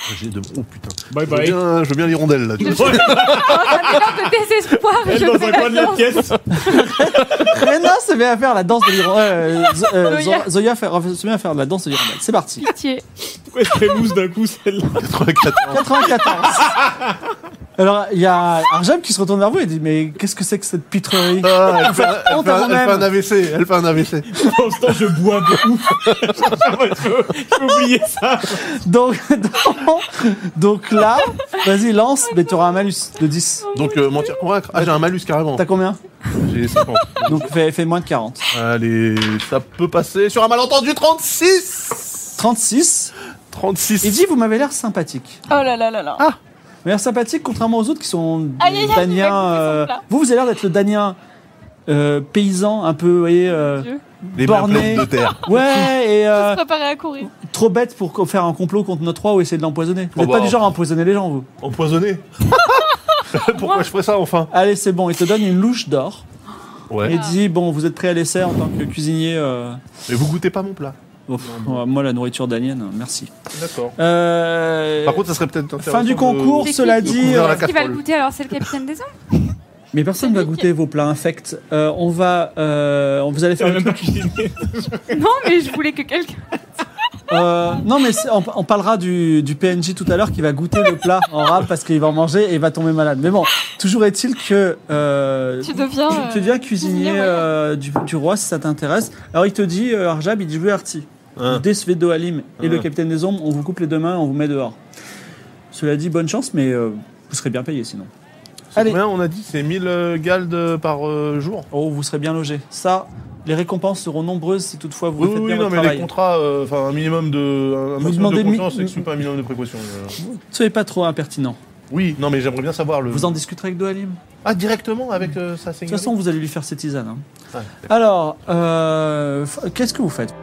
Un jet de. Oh putain. Bye Je veux bye. bien, je veux bien l'hirondelle là. tu vois. Un désespoir. Elle je dans fais un la coin de la danse. pièce. Rena se met à faire la danse de l'hirondelle. Euh, Zo- euh, Zoya. Zo- Zoya fait- se met à faire la danse de l'hirondelle. C'est parti. Pitié. Pourquoi elle se fait mousse d'un coup, celle-là 94. 94. Alors, il y a Arjab qui se retourne vers vous et dit Mais qu'est-ce que c'est que cette pitrerie Ah, elle, fait, elle honte fait à un, elle vous-même. fait un AVC, elle fait un AVC. Pour l'instant, je bois de ouf. J'ai oublié ça. donc, donc, donc là, vas-y, lance, mais tu auras un malus de 10. Donc euh, mentir convaincre. Ah j'ai un malus carrément. T'as combien J'ai 50. Donc fais, fais moins de 40. Allez, ça peut passer sur un malentendu 36 36. 36 Il dit Vous m'avez l'air sympathique. Oh là là là là. Ah. Vous m'avez l'air sympathique, contrairement aux autres qui sont Aïe, aïe, aïe, il daniens. va couper son euh, plat. vous, vous avez l'air d'être le danien euh, paysan, un peu, vous voyez. euh, Dieu. Les mains borné. pleines de terre. ouais, et. euh, Se préparer à courir. trop bête pour co- faire un complot contre notre roi ou essayer de l'empoisonner. Vous Oh n'êtes bah. pas du genre à empoisonner les gens, vous. Empoisonné. Pourquoi je ferais ça enfin Allez, c'est bon, il te donne une louche d'or Ouais. et dit Bon, vous êtes prêt à l'essai en tant que cuisinier. euh, Mais vous goûtez pas mon plat. ouf, ouais, moi, la nourriture danienne, merci. D'accord. Euh, Par contre, ça serait peut-être intéressant. fin du de- concours, C'est cela qui de dit. couvrir euh, la Qui va le casserole. goûter alors C'est le capitaine des hommes Mais personne ne va goûter vos plats infects. Euh, on va. euh, on- vous allez faire. même pas cuisiné. Non, mais je voulais que quelqu'un. Euh, non, mais c'est- on, on parlera du, du PNJ tout à l'heure qui va goûter le plat en rab parce qu'il va en manger et il va tomber malade. Mais bon, toujours est-il que. euh, Tu deviens. Tu euh, tu deviens cuisinier cuisinier, ouais. euh, du, du roi si ça t'intéresse. Alors il te dit, euh, Arjab, il dit Arti, Hein. Desvedo Alim et le Hein. capitaine des ombres, on vous coupe les deux mains et on vous met dehors. Cela dit, bonne chance, mais euh, vous serez bien payé sinon. C'est Allez. combien on a dit C'est 1000 euh, galdes euh, par euh, jour Oh, vous serez bien logé. Ça, les récompenses seront nombreuses si toutefois vous Oui, faites oui, bien non, votre mais les travail. contrats, euh, enfin un minimum de, un Vous maximum de demandez mi- confiance et que je suis pas un minimum de précaution. euh. Soyez pas trop impertinent. Oui, non, mais j'aimerais bien savoir le. Vous en discuterez avec Doalim Ah, directement avec euh, sa De toute façon, vous allez lui faire ses tisanes. hein. Ouais. Alors, euh, f- qu'est-ce que vous faites